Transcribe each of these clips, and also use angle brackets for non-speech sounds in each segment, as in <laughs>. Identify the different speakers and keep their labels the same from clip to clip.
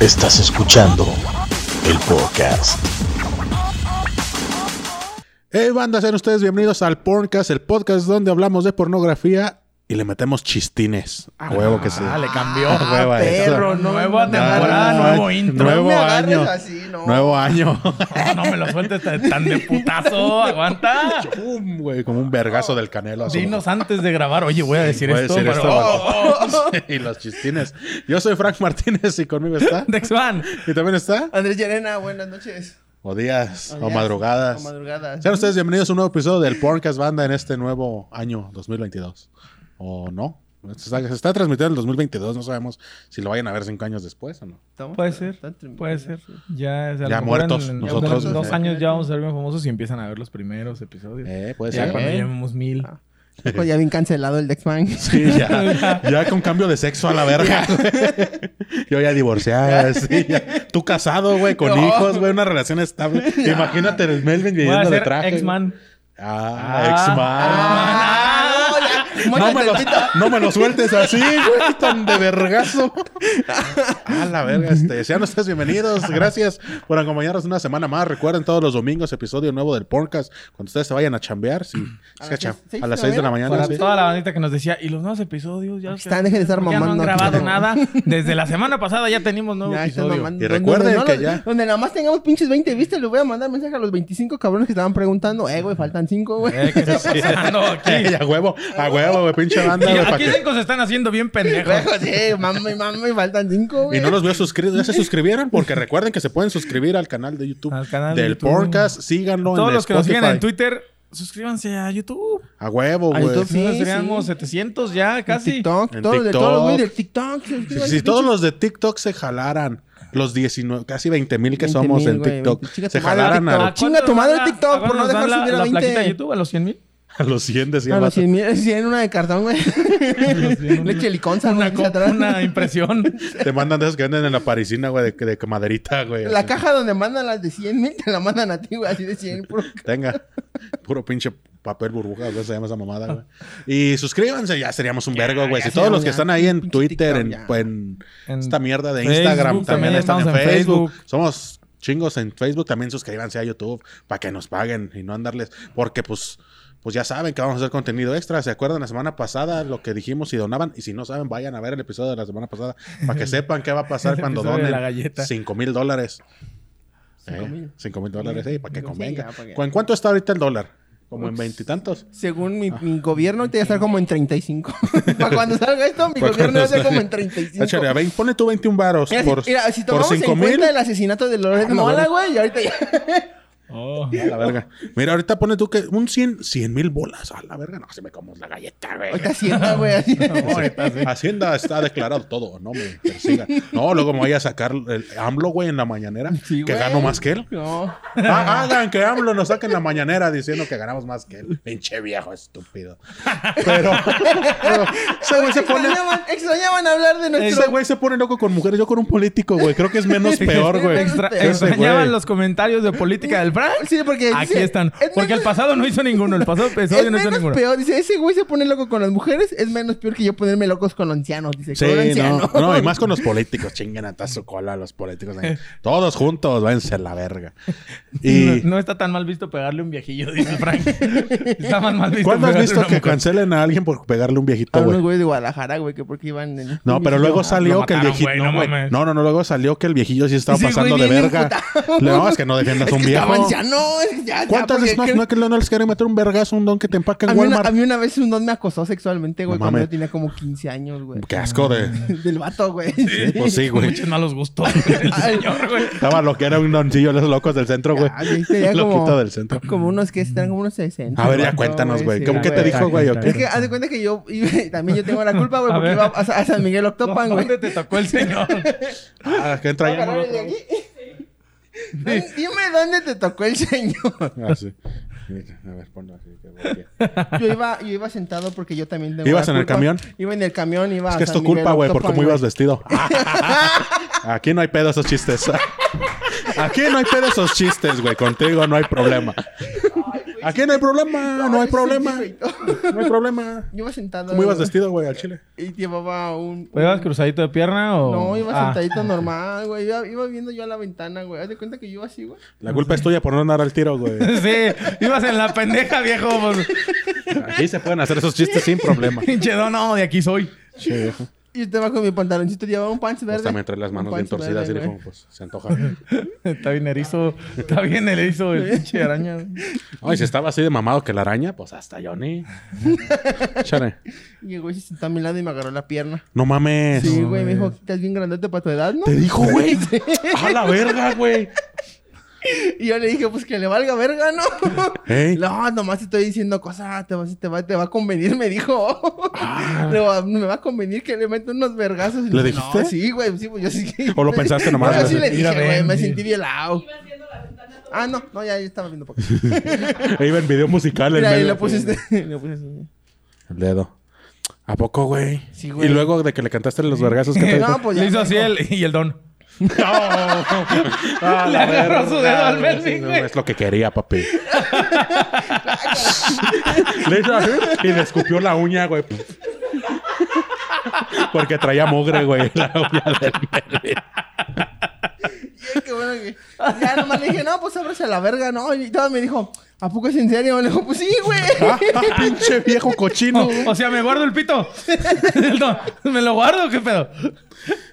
Speaker 1: Estás escuchando el podcast.
Speaker 2: Hey, banda, sean ustedes bienvenidos al Porncast, el podcast donde hablamos de pornografía y le metemos chistines. A huevo que sí.
Speaker 3: Ah, le cambió.
Speaker 2: huevo a eso.
Speaker 3: perro, no,
Speaker 4: Nueva
Speaker 3: no,
Speaker 4: temporada,
Speaker 3: no, no,
Speaker 4: nuevo intro.
Speaker 2: Nuevo
Speaker 4: No me agarres
Speaker 2: año.
Speaker 4: así, no.
Speaker 2: Nuevo año.
Speaker 4: Ah, No, no me lo sueltes tan tan de putazo. Aguanta.
Speaker 2: Pum, güey, como un vergazo del canelo. azul.
Speaker 4: Dinos antes de grabar. Oye, voy a decir
Speaker 2: Voy a
Speaker 4: esto.
Speaker 2: decir
Speaker 4: pero-
Speaker 2: esto,
Speaker 4: <laughs> Oh, oh,
Speaker 2: <laughs>
Speaker 4: oh.
Speaker 2: y los chistines. Yo soy Frank Martínez y conmigo está.
Speaker 4: Dexman.
Speaker 2: ¿Y también
Speaker 4: <laughs>
Speaker 2: está?
Speaker 4: Andrés Llerena, buenas noches.
Speaker 2: O días, o
Speaker 4: días,
Speaker 2: madrugadas.
Speaker 4: o madrugadas.
Speaker 2: Sean ustedes bienvenidos a un nuevo episodio del Porncast Banda en este nuevo año 2022. ¿O no? Se está, se está transmitiendo en el 2022, no sabemos si lo vayan a ver cinco años después o no.
Speaker 4: Puede
Speaker 3: Puede
Speaker 4: ser,
Speaker 3: ser,
Speaker 4: puede ser. Ya, es, a lo
Speaker 2: Ya
Speaker 4: mejor
Speaker 2: muertos,
Speaker 4: en- en
Speaker 2: nosotros,
Speaker 4: unos dos
Speaker 2: eh.
Speaker 4: años ya vamos a ser bien famosos y empiezan a ver los primeros episodios.
Speaker 2: Eh, puede
Speaker 4: ya
Speaker 2: ser.
Speaker 4: cuando
Speaker 3: eh.
Speaker 4: llevemos mil.
Speaker 3: Ah. Pues ya bien cancelado el Dexman. <laughs>
Speaker 2: Sí, ya, ya con cambio de sexo a la verga. güey. Yo ya divorciada, sí, ya. Tú casado, güey, con
Speaker 4: No.
Speaker 2: hijos, güey, una relación estable. Imagínate el Melvin
Speaker 4: Voy a
Speaker 2: viviendo de
Speaker 4: ser
Speaker 2: traje.
Speaker 4: X-Man.
Speaker 2: Ah,
Speaker 4: Ah.
Speaker 2: X-Man.
Speaker 3: Ah,
Speaker 2: No me, lo, <laughs> no me lo sueltes así, güey, tan de vergazo. A la verga, este. Sean ustedes bienvenidos. Gracias por acompañarnos una semana más. Recuerden todos los domingos, episodio nuevo del podcast. Cuando ustedes se vayan a chambear, Ah, sí. Es que
Speaker 3: las
Speaker 2: cham-
Speaker 3: seis
Speaker 2: a las
Speaker 3: de la
Speaker 2: 6 de la
Speaker 3: mañana?
Speaker 2: mañana.
Speaker 4: Para
Speaker 2: sí.
Speaker 4: toda la bandita que nos decía, y los nuevos episodios ya,
Speaker 3: Aquí están, dejen de estar
Speaker 4: ya no han
Speaker 3: mamando. <laughs>
Speaker 4: grabado nada. Desde la semana pasada ya tenemos nuevo
Speaker 3: Ya, están
Speaker 4: episodio.
Speaker 3: mamando.
Speaker 2: Y
Speaker 3: Donde-
Speaker 2: recuerden
Speaker 3: donde
Speaker 2: que
Speaker 3: no
Speaker 2: ya-
Speaker 3: los- Donde nada más tengamos pinches 20 vistas, les voy a mandar mensaje a los 25 cabrones que estaban preguntando. Eh, güey, faltan 5, güey.
Speaker 4: Eh,
Speaker 3: <laughs>
Speaker 4: ¿Qué está pasando
Speaker 2: <laughs>
Speaker 4: aquí?
Speaker 2: Ey, a huevo, a huevo, güey, <laughs> pinche banda,
Speaker 4: Y
Speaker 2: güey, pa'
Speaker 4: aquí
Speaker 2: que-
Speaker 4: cinco se están haciendo bien pendejos.
Speaker 3: Lejos, sí, mami, mami, faltan 5, güey.
Speaker 2: Y no los veo suscritos. ¿Ya se suscribieron? Porque recuerden que se pueden suscribir al canal de YouTube
Speaker 4: Al canal de
Speaker 2: del
Speaker 4: YouTube.
Speaker 2: podcast. Síganlo
Speaker 4: Todos
Speaker 2: en
Speaker 4: los que nos siguen
Speaker 2: Spotify.
Speaker 4: en Twitter, suscríbanse a YouTube.
Speaker 2: A huevo,
Speaker 4: A
Speaker 2: güey.
Speaker 3: Pues,
Speaker 4: YouTube
Speaker 3: Sí,
Speaker 4: sí, seríamos
Speaker 3: sí.
Speaker 4: 700 ya
Speaker 3: En
Speaker 4: casi.
Speaker 3: TikTok,
Speaker 2: En
Speaker 3: todos de todos los
Speaker 2: TikTok.
Speaker 3: güey del TikTok.
Speaker 2: Si, si todos los de TikTok se jalaran, los 19, casi 20 mil que
Speaker 3: 20,000,
Speaker 2: somos en
Speaker 3: güey,
Speaker 2: TikTok,
Speaker 3: 20, chica
Speaker 2: se
Speaker 3: tu madre,
Speaker 2: jalaran
Speaker 3: TikTok.
Speaker 2: al-
Speaker 4: ¿A
Speaker 3: Chinga tu madre,
Speaker 4: cuánto nos
Speaker 3: TikTok,
Speaker 4: da- a
Speaker 3: por no
Speaker 4: cuánto nos
Speaker 3: dejar
Speaker 4: da la-
Speaker 3: subir a
Speaker 4: la
Speaker 3: 20?
Speaker 4: plaquita de YouTube a los
Speaker 3: <laughs>
Speaker 4: 100 mil?
Speaker 2: a los 100, decía
Speaker 3: A
Speaker 2: el
Speaker 3: los
Speaker 2: vato.
Speaker 3: 100 mil, sí, en una de
Speaker 2: <laughs>
Speaker 3: cartón, güey. Leche liconza,
Speaker 4: Una,
Speaker 3: güey,
Speaker 4: co-
Speaker 3: atrás.
Speaker 4: una impresión.
Speaker 3: <laughs>
Speaker 2: Te mandan de esos que venden en la parisina, güey, de, de maderita, güey.
Speaker 3: La
Speaker 2: así.
Speaker 3: caja donde mandan las de 100 mil, te la mandan a ti, güey, así de 100. puro-
Speaker 2: Tenga, puro pinche papel burbuja, o sea, se llama esa mamada, güey. Y suscríbanse, ya seríamos un vergo, güey. Si
Speaker 3: Ah. ya,
Speaker 2: todos los
Speaker 3: ya,
Speaker 2: que están ahí en
Speaker 3: pinche
Speaker 2: Twitter, en, pues,
Speaker 3: TikTok,
Speaker 2: en
Speaker 4: En
Speaker 2: esta mierda de
Speaker 4: Facebook
Speaker 2: Instagram, también
Speaker 4: también,
Speaker 2: están en
Speaker 4: estamos en
Speaker 2: Facebook.
Speaker 4: Facebook.
Speaker 2: Somos chingos en Facebook, también suscríbanse a YouTube para que nos paguen y no andarles, porque pues... Pues ya saben que vamos a hacer contenido extra. ¿Se acuerdan la semana pasada lo que dijimos si donaban? Y si no saben, vayan a ver el episodio de la semana pasada para
Speaker 4: <laughs>
Speaker 2: que sepan qué va a pasar
Speaker 4: El
Speaker 2: cuando
Speaker 4: episodio de
Speaker 2: donen
Speaker 4: la galleta.
Speaker 2: 5 mil dólares.
Speaker 3: Cinco mil.
Speaker 2: 5 mil dólares, eh, para que
Speaker 3: Sí,
Speaker 2: convenga.
Speaker 3: ya, para que-
Speaker 2: ¿Cu- ¿En cuánto está ahorita el dólar? Como en veintitantos.
Speaker 3: Según mi, mi gobierno, te va a estar como en <laughs> 35. Para cuando salga esto, mi gobierno va a estar como en 35.
Speaker 2: Échale, a vein- ponle tú 21 varos
Speaker 3: Mira, si-
Speaker 2: por,
Speaker 3: mira, si
Speaker 2: por
Speaker 3: tomamos en
Speaker 2: 5 mil.
Speaker 3: cuenta el asesinato de Loret
Speaker 2: Ah, no,
Speaker 3: Mola,
Speaker 2: bueno.
Speaker 3: güey, y ahorita ya...
Speaker 2: <laughs>
Speaker 4: Oh.
Speaker 2: A la verga. Mira, ahorita pone tú que un 100, 100 mil bolas. A la verga, no, se me como la galleta, güey.
Speaker 3: Ahorita sienta, güey, así.
Speaker 2: Hacienda está declarado todo, no me persigan. No, luego me voy a sacar el AMLO, güey, en la mañanera,
Speaker 3: <laughs> Sí,
Speaker 2: que
Speaker 3: güey.
Speaker 2: gano más que él.
Speaker 3: No.
Speaker 2: Ah, hagan que AMLO nos saquen la mañanera diciendo que ganamos más que él. Pinche viejo estúpido.
Speaker 3: <laughs>
Speaker 2: Pero, pero <laughs> ese güey se pone,
Speaker 3: Extrañaban, extrañaban hablar de
Speaker 2: ese
Speaker 3: nuestro...
Speaker 2: güey se pone loco con mujeres, yo con un político, güey. Creo que es menos
Speaker 3: Este
Speaker 2: peor, güey.
Speaker 4: Extra-
Speaker 2: Ese
Speaker 4: extrañaban
Speaker 2: güey.
Speaker 4: los comentarios de política del Frank.
Speaker 3: Sí, porque...
Speaker 4: Aquí
Speaker 3: dice,
Speaker 4: están.
Speaker 3: es
Speaker 4: Porque el
Speaker 3: menos-
Speaker 4: pasado no hizo ninguno. El
Speaker 3: <laughs>
Speaker 4: pasado
Speaker 3: Es
Speaker 4: episodio no hizo
Speaker 3: menos
Speaker 4: ninguno.
Speaker 3: peor, dice, ese güey se pone loco con las mujeres, es menos peor que yo ponerme locos con ancianos, dice. con
Speaker 2: Sí, no,
Speaker 3: ancianos. <laughs>
Speaker 2: no, y más con los políticos, chinguen a su cola los políticos. ahí. Todos juntos, váyanse a la verga. Y
Speaker 4: No, no está tan mal visto pegarle un viejillo, dice el
Speaker 3: <laughs>
Speaker 4: Frank. está más mal visto.
Speaker 2: ¿cuándo has
Speaker 4: pegarle
Speaker 2: visto
Speaker 4: una
Speaker 2: que
Speaker 4: mujer.
Speaker 2: cancelen a alguien por pegarle un
Speaker 3: A
Speaker 2: viejito,
Speaker 3: unos
Speaker 2: güey?
Speaker 3: güeyes de Guadalajara, güey, que porque iban en...
Speaker 2: No, pero luego salió
Speaker 4: lo
Speaker 2: que el
Speaker 4: mataron,
Speaker 2: viejito.
Speaker 4: güey,
Speaker 2: no,
Speaker 4: no
Speaker 2: güey.
Speaker 4: mames.
Speaker 2: No, no, no, luego salió que el viejillo sí estaba
Speaker 3: Sí, güey,
Speaker 2: pasando de
Speaker 3: bien
Speaker 2: verga. <laughs>
Speaker 3: emputado. <laughs>
Speaker 2: No, es que no defiendas a un viejo.
Speaker 3: Es que estaba anciano, es que ya, ya,
Speaker 2: ¿Cuántas
Speaker 3: porque
Speaker 2: veces más
Speaker 3: creo-
Speaker 2: no, que no les quieren meter un vergazo a un don que te empaca
Speaker 3: A
Speaker 2: en
Speaker 3: mí, una, a
Speaker 2: Walmart?
Speaker 3: mí una vez un don me acosó sexualmente, güey,
Speaker 2: No
Speaker 3: cuando
Speaker 2: mames.
Speaker 3: yo tenía como 15 años, güey.
Speaker 2: Qué asco de.
Speaker 3: <laughs> Del vato, güey.
Speaker 2: Pues sí,
Speaker 4: <laughs>
Speaker 2: güey.
Speaker 4: Muchos
Speaker 3: <laughs>
Speaker 4: malos gustos. El señor, güey.
Speaker 2: Estaba lo que era un doncillo de los locos del centro, güey.
Speaker 3: Ah, sí, sería
Speaker 2: Loquito
Speaker 3: como-
Speaker 2: del centro.
Speaker 3: <laughs> Como unos que están como unos 60.
Speaker 2: A ver, ya
Speaker 3: vato,
Speaker 2: cuéntanos, güey.
Speaker 3: sí,
Speaker 2: ¿Cómo que te
Speaker 4: güey.
Speaker 2: dijo, güey? o
Speaker 3: Es
Speaker 2: qué?
Speaker 3: que haz de cuenta que yo y <laughs> también yo tengo la culpa, güey,
Speaker 4: A
Speaker 3: porque
Speaker 4: ver.
Speaker 3: iba a, a San Miguel Octopan, güey.
Speaker 4: ¿Dónde te tocó el señor?
Speaker 2: Ah, que entra ya,
Speaker 3: Agarrar el de
Speaker 2: güey.
Speaker 3: aquí. Dime <laughs> dime dónde te tocó el señor.
Speaker 2: Ah, sí. Mira, A ver, ponlo así. que bloquea.
Speaker 3: Yo iba, yo iba sentado porque yo también tengo
Speaker 2: ¿Ibas
Speaker 3: la
Speaker 2: en el
Speaker 3: culpa.
Speaker 2: camión?
Speaker 3: Iba en el camión, iba
Speaker 2: Es
Speaker 3: a
Speaker 2: que es
Speaker 3: San
Speaker 2: tu
Speaker 3: Miguel
Speaker 2: culpa, güey, por
Speaker 3: Octopan,
Speaker 2: cómo ibas vestido. Ah, Aquí no hay pedo esos <laughs> chistes. Aquí no hay pedo esos chistes, güey. Contigo no hay problema.
Speaker 3: Ay, pues,
Speaker 2: Aquí no hay problema, no hay
Speaker 3: Ay,
Speaker 2: problema.
Speaker 3: sí,
Speaker 2: No hay problema.
Speaker 3: Yo iba sentado.
Speaker 2: ¿Cómo ibas
Speaker 3: güey,
Speaker 2: vestido, güey, al chile?
Speaker 3: Y llevaba un...
Speaker 4: ¿Ibas cruzadito de pierna o...?
Speaker 3: No, iba
Speaker 4: Ah.
Speaker 3: sentadito normal, güey. Iba, iba viendo yo a la ventana, güey. Haz de cuenta que yo iba así, güey.
Speaker 2: La culpa es tuya por no andar al tiro, güey.
Speaker 4: <laughs> Sí, ibas en la pendeja, viejo. pues.
Speaker 2: Aquí se pueden hacer esos chistes sin
Speaker 3: <laughs>
Speaker 2: problema.
Speaker 4: Pinche don, no, de aquí soy.
Speaker 2: Sí.
Speaker 3: Y estaba con mi pantaloncito, llevaba un pants verde.
Speaker 2: Pues también trae las
Speaker 3: Un
Speaker 2: manos bien
Speaker 3: pants
Speaker 2: torcidas
Speaker 3: verde,
Speaker 2: y
Speaker 3: güey.
Speaker 2: dijo, pues se antoja.
Speaker 4: Está bien erizo. Está bien erizo el pinche araña.
Speaker 2: Ay, si estaba así de mamado que la araña, pues hasta
Speaker 3: <laughs>
Speaker 2: Johnny. Chale.
Speaker 3: Llegó y se sentó a mi lado y me agarró la pierna.
Speaker 2: No mames.
Speaker 3: Sí, güey, me dijo, estás bien grandote para tu edad, ¿no?
Speaker 2: Te dijo, güey. A la verga, güey.
Speaker 3: Y yo le dije, pues que le valga verga, ¿no?
Speaker 2: <laughs> Ey.
Speaker 3: No, nomás te estoy diciendo cosas, te va, te va, te va a convenir, me dijo. Le va- me va a convenir que le meta unos vergazos. Y
Speaker 2: Ah. ¿Le
Speaker 3: dije,
Speaker 2: dijiste?
Speaker 3: No, sí, güey, sí, pues yo sí.
Speaker 2: ¿O lo pensaste nomás?
Speaker 3: No, yo sí le
Speaker 4: Mira,
Speaker 3: dije, güey,
Speaker 4: ven,
Speaker 3: me
Speaker 4: sí.
Speaker 3: sentí violado. Ah, no, no, ya, ya estaba
Speaker 2: <laughs>
Speaker 3: viendo poco.
Speaker 2: Ahí E iba en video musical. en
Speaker 3: Mira, ahí
Speaker 2: medio.
Speaker 3: le puse este. <laughs> Le puse así.
Speaker 2: El dedo. ¿A poco, güey?
Speaker 3: Sí, güey.
Speaker 2: Y luego de que le cantaste los vergazos
Speaker 3: <laughs>
Speaker 2: que te dijo?
Speaker 3: No, pues ya.
Speaker 4: Le hizo así
Speaker 3: tengo-
Speaker 4: el, y el don. <laughs>
Speaker 3: <laughs>
Speaker 2: Ah,
Speaker 4: Le
Speaker 2: la
Speaker 4: agarró
Speaker 2: verga,
Speaker 4: su dedo al
Speaker 2: güey,
Speaker 4: Melvin,
Speaker 2: sí,
Speaker 4: güey.
Speaker 2: no, Es lo que quería,
Speaker 3: <laughs>
Speaker 2: papi. le hizo así y le escupió la uña, güey. Porque traía mugre, güey. La uña del Melvin.
Speaker 3: <laughs> Ay, qué bueno que- Ya nomás le dije, no, pues ábrase a la verga, ¿no? Y todo me dijo, ¿a poco es en serio? Le dijo, pues sí, güey.
Speaker 2: Ah, Pinche viejo cochino.
Speaker 4: O, o sea, me guardo el pito. <laughs> El don, me lo guardo, qué pedo.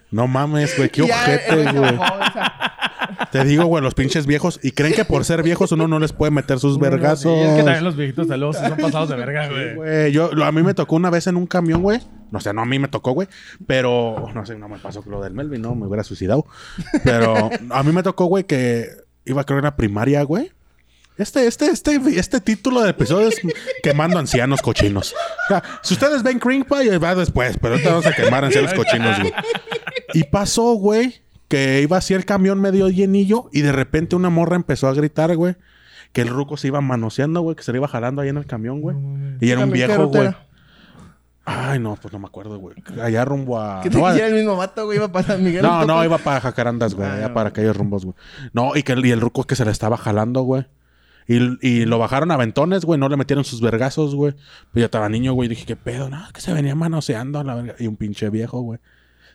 Speaker 2: No mames, güey. Qué
Speaker 3: <laughs> Y ya eh, el
Speaker 2: ojete,
Speaker 3: güey se
Speaker 2: güey.
Speaker 3: bajó, o sea,
Speaker 2: Te digo, güey, los pinches viejos. Y creen que por ser viejos uno no les puede meter sus vergazos.
Speaker 4: Y es que también los viejitos de luego se son pasados de verga, güey.
Speaker 2: Güey, yo, lo- a mí me tocó una vez en un camión, güey. No sé, no a mí me tocó, güey. Pero, no sé, no me pasó lo del Melvin, no, me hubiera suicidado. Pero a mí me tocó, güey, que iba creo en la primaria, güey. Este, este, este, este título de episodio es quemando ancianos cochinos. O sea, si ustedes ven Cream Pie, va después, pero ahorita vamos a quemar ancianos cochinos, güey. Y pasó, güey, que iba así el camión medio llenillo y de repente una morra empezó a gritar, güey. Que el ruco se iba manoseando, güey, que se le iba jalando ahí en el camión, güey. y era un
Speaker 3: Camión
Speaker 2: viejo, güey.
Speaker 3: carretera.
Speaker 2: Ay, no, pues no me acuerdo, güey. Allá rumbo a...
Speaker 3: Que te
Speaker 2: no, a-
Speaker 3: quisiera el mismo vato, güey, iba para San Miguel.
Speaker 2: no, no, eh.
Speaker 3: Tocó-
Speaker 2: iba para Jacarandas, güey.
Speaker 4: Ah,
Speaker 2: allá para aquellos rumbos, güey. No, y, que, el- y el ruco que se le estaba jalando, güey. Y, y lo bajaron a ventones, güey. No le metieron sus vergazos, güey. Pero yo estaba niño, güey. y Dije, ¿qué pedo? No, que se venía manoseando a la verga. Y un pinche viejo, güey.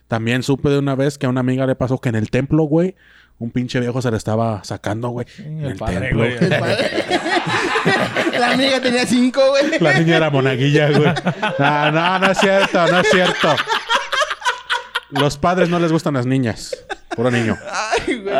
Speaker 2: También supe de una vez que a una amiga le pasó que en el templo, güey, un pinche viejo se le estaba sacando, güey. En
Speaker 4: el
Speaker 2: el,
Speaker 4: padre,
Speaker 2: templo.
Speaker 4: güey.
Speaker 3: El padre- <laughs> La amiga tenía cinco, güey.
Speaker 2: La niña era monaguilla, güey. No, no, no es cierto, no es cierto. Los padres no les gustan las niñas. Puro niño.
Speaker 3: Ay, güey.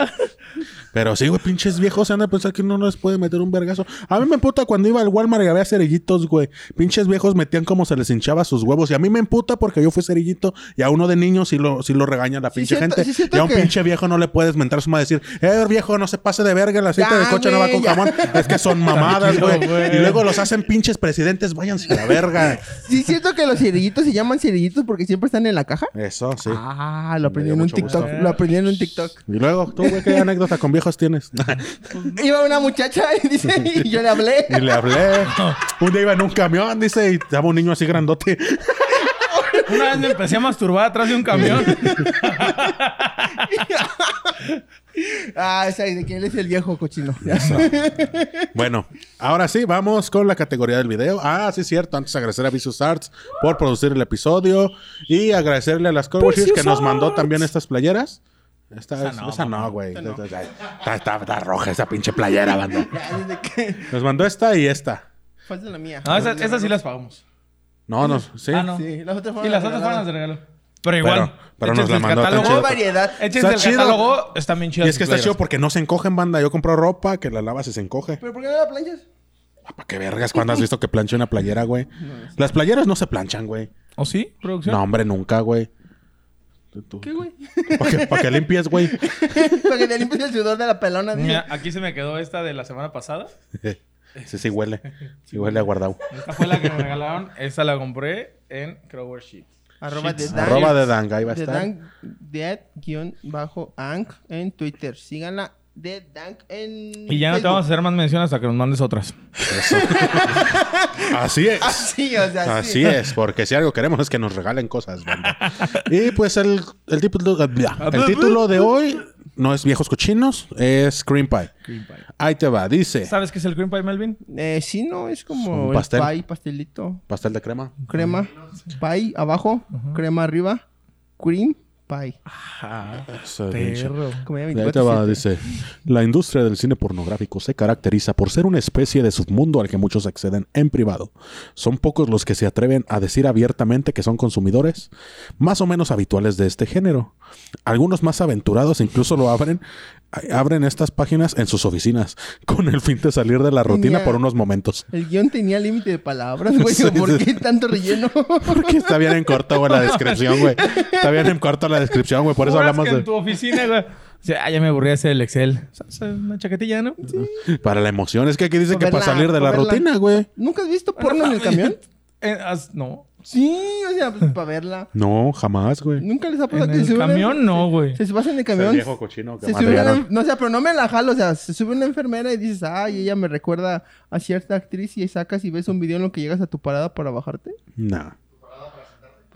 Speaker 2: Pero sí, güey, pinches viejos se han de pensar que uno no les puede meter un vergazo. A mí me emputa cuando iba al Walmart y había cerillitos, güey. Pinches viejos metían como se les hinchaba sus huevos. Y a mí me emputa porque yo fui cerillito y a uno de niños sí lo, sí lo regaña la
Speaker 3: Sí,
Speaker 2: pinche
Speaker 3: siento-
Speaker 2: gente.
Speaker 3: sí, siento
Speaker 2: y a un
Speaker 3: que-
Speaker 2: pinche viejo no le puedes mentar su madre decir, eh, viejo, no se pase de verga, el aceite
Speaker 3: Ya,
Speaker 2: de coche no va
Speaker 3: güey,
Speaker 2: con
Speaker 3: ya.
Speaker 2: jamón. Es que son mamadas, güey.
Speaker 4: Tranquilo, güey.
Speaker 2: Y luego los hacen pinches presidentes, váyanse a la verga.
Speaker 3: Sí, es cierto que los cerillitos se llaman cerillitos porque siempre están en la caja.
Speaker 2: Eso, sí.
Speaker 3: Ah, lo aprendí
Speaker 2: Me dio
Speaker 3: en un
Speaker 2: mucho gusto.
Speaker 3: TikTok. Lo aprendí en un TikTok.
Speaker 2: Y luego, tú, güey, ¿qué anécdota con viejos tienes?
Speaker 3: <laughs>
Speaker 2: <laughs>
Speaker 3: Iba una muchacha y dice, y yo le hablé.
Speaker 2: y le hablé. Un día iba en un camión, dice, y estaba un niño así grandote.
Speaker 4: Una vez me empecé a masturbar atrás de un camión.
Speaker 3: <laughs> Ah, o sea, ¿de quién es el viejo cochino?
Speaker 2: Bueno, ahora sí, vamos con la categoría del video. Ah, sí, cierto. Antes agradecer a Vicious Arts por producir el episodio y agradecerle a las Corbusiers que nos mandó también estas playeras. Esta
Speaker 4: Esa
Speaker 2: es-
Speaker 4: no,
Speaker 2: esa
Speaker 4: mamá.
Speaker 2: no, güey. Ay, Está, está- está roja esa pinche playera,
Speaker 4: <laughs>
Speaker 2: banda.
Speaker 3: Ah, ¿Desde qué?
Speaker 2: Nos mandó esta y esta.
Speaker 3: Falta la mía.
Speaker 4: No, esas, esas Ah, sí las pagamos.
Speaker 2: No, no, sí.
Speaker 4: Ah, no.
Speaker 3: Sí, las otras fueron
Speaker 4: Y las
Speaker 3: regaladas.
Speaker 4: otras fueron las de regalo. Pero igual.
Speaker 2: Pero- pero nos la mandó tan
Speaker 3: Hubo
Speaker 2: chido.
Speaker 3: variedad.
Speaker 4: Échense el
Speaker 2: Está chido.
Speaker 4: catálogo. Están bien chidas.
Speaker 2: Y es que
Speaker 4: sus
Speaker 2: está chido
Speaker 4: playeras.
Speaker 2: porque no se encogen, banda. Yo compro ropa que la lavas y se encoge.
Speaker 3: ¿Pero por qué no la planchas?
Speaker 2: ¿Para qué vergas? ¿Cuándo has visto que planche una playera, güey? Las playeras no se planchan, güey.
Speaker 4: ¿O ¿Oh, sí? ¿Producción?
Speaker 2: No, hombre, nunca, güey.
Speaker 3: ¿Qué, güey?
Speaker 2: ¿Para que, pa' que limpies, güey?
Speaker 3: Para que te limpies el sudor de la pelona. dice.
Speaker 4: Mira, aquí se me quedó esta de la semana pasada.
Speaker 2: Sí, sí huele. Sí huele a guardado.
Speaker 4: Esta fue la que me regalaron. Esta la compré en Crower Sheets.
Speaker 3: Arroba de Dan.
Speaker 2: Arroba de Danga, ahí va a
Speaker 3: The
Speaker 2: estar.
Speaker 3: Dank, dead-ank en Twitter. Síganla, The Dank en.
Speaker 4: Y ya no
Speaker 3: <laughs>
Speaker 4: te vamos a hacer más mención hasta que nos mandes otras.
Speaker 2: Así es.
Speaker 3: Así, Ah, o sea,
Speaker 2: Así es, porque si algo queremos es que nos regalen cosas, banda. Y pues el, el, título, el título de hoy No es viejos cochinos, es cream pie.
Speaker 4: Cream pie.
Speaker 2: Ahí te va, dice.
Speaker 4: ¿Sabes qué es el cream pie, Melvin?
Speaker 3: Eh, sí, no, es
Speaker 2: Un
Speaker 3: como el
Speaker 2: pastel.
Speaker 3: pie, pastelito.
Speaker 2: Pastel de crema.
Speaker 3: Crema, pie abajo, crema arriba, cream, pie.
Speaker 4: Ah, Ajá.
Speaker 2: Ese pinche-
Speaker 4: Perro.
Speaker 3: Como ya
Speaker 2: Ahí te va,
Speaker 3: 24/7.
Speaker 2: dice. La industria del cine pornográfico se caracteriza por ser una especie de submundo al que muchos acceden en privado. Son pocos los que se atreven a decir abiertamente que son consumidores, más o menos habituales de este género. Algunos más aventurados incluso lo abren, a- abren estas páginas en sus oficinas, con el fin de salir de la rutina
Speaker 3: Ya.
Speaker 2: por unos momentos.
Speaker 3: El guión tenía límite
Speaker 2: <laughs>
Speaker 3: de palabras, güey.
Speaker 2: Sí,
Speaker 3: ¿Por
Speaker 2: sí.
Speaker 3: qué tanto relleno? <laughs>
Speaker 2: Porque está bien en corto, güey, la descripción, güey. Está bien en corto la descripción, güey. Por eso
Speaker 4: Juras
Speaker 2: hablamos
Speaker 4: que en tu
Speaker 2: de...
Speaker 4: oficina, güey. O sea, ah, ya me aburrí de hacer el Excel. O sea, es Una chaquetilla, ¿no? Sí.
Speaker 2: Para la emoción. Es que aquí dice
Speaker 3: Pa'
Speaker 2: que para
Speaker 3: verla,
Speaker 2: salir de
Speaker 3: pa'
Speaker 2: la
Speaker 3: verla.
Speaker 2: rutina, güey.
Speaker 3: ¿Nunca has visto porno en
Speaker 4: <laughs>
Speaker 3: el camión?
Speaker 4: Eh, as- no.
Speaker 3: Sí, o sea, pues, para verla.
Speaker 2: No, jamás, güey.
Speaker 3: ¿Nunca les ha pasado
Speaker 4: En
Speaker 3: que se
Speaker 4: el
Speaker 3: suben-
Speaker 4: camión, no, güey.
Speaker 3: Se suben en el camión.
Speaker 2: cochino
Speaker 3: Se sube una- no, o sea, pero no me la jalo. O sea, se sube una enfermera y dices, ay, ella me recuerda a cierta actriz y sacas y ves un video en lo que llegas a tu parada para bajarte.
Speaker 2: No.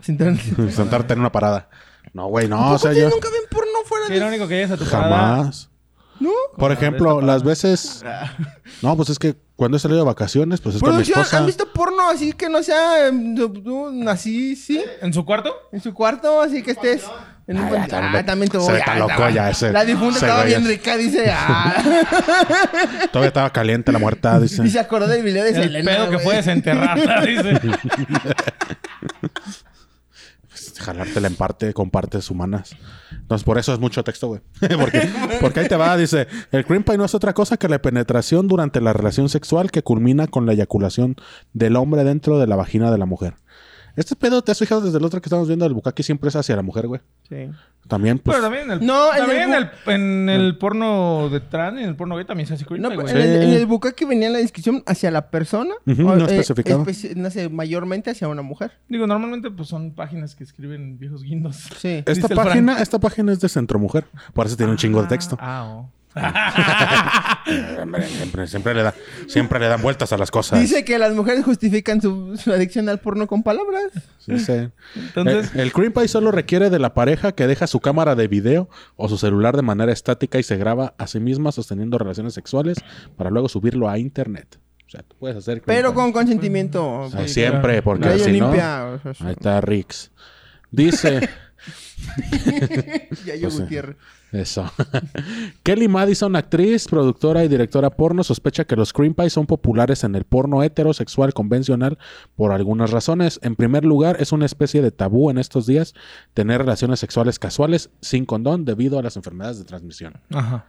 Speaker 3: Sin tener- <laughs>
Speaker 2: Pues, Sentarte en una parada. No, güey, no, o sea,
Speaker 3: ¿Ustedes
Speaker 2: yo
Speaker 3: nunca ven porno fuera
Speaker 4: Sí,
Speaker 3: de...
Speaker 4: lo único que llegas a tu parada.
Speaker 2: jamás.
Speaker 3: ¿No?
Speaker 2: Por ejemplo, las veces No, pues es que cuando he salido de vacaciones, pues es con mi
Speaker 3: Producción,
Speaker 2: esposa.
Speaker 3: ¿han visto porno así que no sea em, du- du- así, sí?
Speaker 4: ¿En su cuarto?
Speaker 3: En su cuarto, así que estés... En un
Speaker 2: Ah,
Speaker 3: pan-
Speaker 2: ya, también-
Speaker 3: ah, también tú.
Speaker 2: se ve tan
Speaker 3: ah,
Speaker 2: loco
Speaker 3: estaba-
Speaker 2: ya ese-
Speaker 3: La difunta
Speaker 2: ese
Speaker 3: estaba
Speaker 2: güey
Speaker 3: bien
Speaker 2: es-
Speaker 3: rica, dice.
Speaker 2: <laughs>
Speaker 3: Ah,
Speaker 2: Todavía estaba caliente la muerta, dice.
Speaker 3: y se acordó del video de
Speaker 4: El
Speaker 3: Selena.
Speaker 4: pedo que
Speaker 3: güey. <laughs>
Speaker 4: puedes enterrar, <laughs> dice.
Speaker 2: Jalártela en parte con partes humanas. Entonces, por eso es mucho texto, güey. <laughs> porque, porque ahí te va, dice. El cream pie no es otra cosa que la penetración durante la relación sexual que culmina con la eyaculación del hombre dentro de la vagina de la mujer. Este pedo, ¿te has fijado desde el otro que estamos viendo del bucaque? Siempre es hacia la mujer, güey.
Speaker 3: Sí.
Speaker 2: También, pues.
Speaker 4: Pero también en el,
Speaker 3: No, en
Speaker 4: también en
Speaker 3: el
Speaker 4: el, en el
Speaker 2: Mm.
Speaker 4: porno de trans, en el porno gay también se hace cream
Speaker 3: No, pues, eh.
Speaker 4: pie,
Speaker 3: pero
Speaker 4: güey.
Speaker 3: en, el, en el bucaque que venía en la descripción hacia la persona.
Speaker 2: Eh. Ujú,
Speaker 3: o,
Speaker 2: no especificaba.
Speaker 3: especi- no sé, mayormente hacia una mujer.
Speaker 4: Digo, normalmente pues son páginas que escriben viejos guindos.
Speaker 3: Sí.
Speaker 2: esta,
Speaker 4: dice el Frank.
Speaker 2: página, esta página es de Centro Mujer. Por eso tiene un chingo de <laughs> texto.
Speaker 4: Ah, oh.
Speaker 2: Hombre, Siempre, siempre le da, siempre le dan vueltas a las cosas.
Speaker 3: Dice que las mujeres justifican su, su adicción al porno con palabras.
Speaker 2: Sí, sí. Eh,
Speaker 4: Entonces,
Speaker 2: el, el cream pie solo requiere de la pareja que deja su cámara de video o su celular de manera estática y se graba a sí misma sosteniendo relaciones sexuales para luego subirlo a internet. O sea, tú puedes hacer cream
Speaker 3: Pero
Speaker 2: pie.
Speaker 3: con consentimiento. pues,
Speaker 2: O sea, siempre,
Speaker 4: claro.
Speaker 2: Ah, porque
Speaker 3: Ley
Speaker 2: si
Speaker 3: Olimpia, o sea,
Speaker 2: no... Ahí está Rix. <laughs> Dice...
Speaker 3: Ya yo
Speaker 2: O sea.
Speaker 3: Gutiérrez.
Speaker 2: Eso. <laughs> Kelly Madison, actriz, productora y directora porno, sospecha que los cream pies son populares en el porno heterosexual convencional por algunas razones. En primer lugar, es una especie de tabú en estos días tener relaciones sexuales casuales sin condón debido a las enfermedades de transmisión.
Speaker 4: ajá.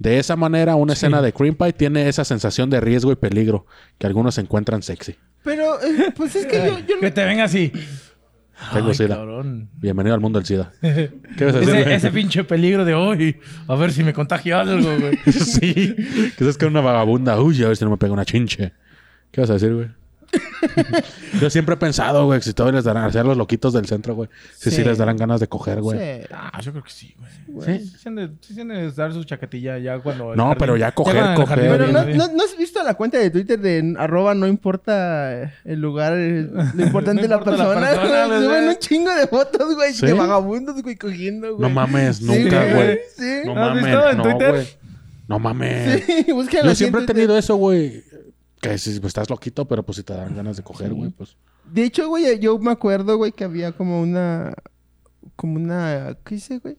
Speaker 2: De esa manera, una
Speaker 4: Sí.
Speaker 2: escena de cream pie tiene esa sensación de riesgo y peligro que algunos encuentran sexy.
Speaker 3: Pero, eh, pues es que yo, yo no-
Speaker 4: Que te venga así.
Speaker 2: Tengo
Speaker 4: Ay,
Speaker 2: sida.
Speaker 4: cabrón.
Speaker 2: Bienvenido al mundo del
Speaker 4: <laughs>
Speaker 2: SIDA. ¿Qué vas a decir?
Speaker 4: Ese, ese pinche peligro de hoy. A ver si me contagio algo, güey.
Speaker 2: <laughs> sí. Quizás que una vagabunda. Uy, a ver si no me pega una chinche. ¿Qué vas a decir, <laughs> güey? Yo siempre he pensado, güey, que si todavía les darán, hacer los loquitos del centro, güey. Si sí.
Speaker 3: Sí.
Speaker 2: les darán ganas de coger, güey.
Speaker 3: sé.
Speaker 4: Ah, yo creo que sí, güey. Sí, sí han de- sí se han de dar su chaquetilla ya cuando. el
Speaker 2: No, pero ya coger,
Speaker 4: cuando en el
Speaker 2: coger.
Speaker 4: jardín,
Speaker 3: Pero
Speaker 4: bien,
Speaker 3: no,
Speaker 4: bien.
Speaker 3: no, ¿no has visto la cuenta de Twitter de n- arroba no importa eh, el lugar, eh,
Speaker 4: <laughs>
Speaker 3: lo importante es la
Speaker 4: importa la
Speaker 3: persona.
Speaker 4: persona,
Speaker 3: güey. <laughs>
Speaker 4: ¿verdad?
Speaker 3: Suben un chingo de fotos, güey,
Speaker 2: ¿Sí?
Speaker 3: de vagabundos, güey, cogiendo,
Speaker 2: No
Speaker 3: güey.
Speaker 2: mames,
Speaker 3: Sí,
Speaker 2: nunca, güey.
Speaker 3: Sí.
Speaker 2: No
Speaker 4: ¿Lo has
Speaker 2: mames,
Speaker 4: visto en
Speaker 2: no,
Speaker 4: Twitter?
Speaker 2: güey. No mames.
Speaker 3: <laughs> Sí, búsquenla
Speaker 2: Yo
Speaker 3: así en
Speaker 2: siempre he
Speaker 3: Twitter.
Speaker 2: tenido eso, güey. Que si pues, estás loquito, pero pues si te dan ganas de coger, güey, pues.
Speaker 3: De hecho, güey, yo me acuerdo, güey, que había como una. Como una. ¿Qué dice, güey?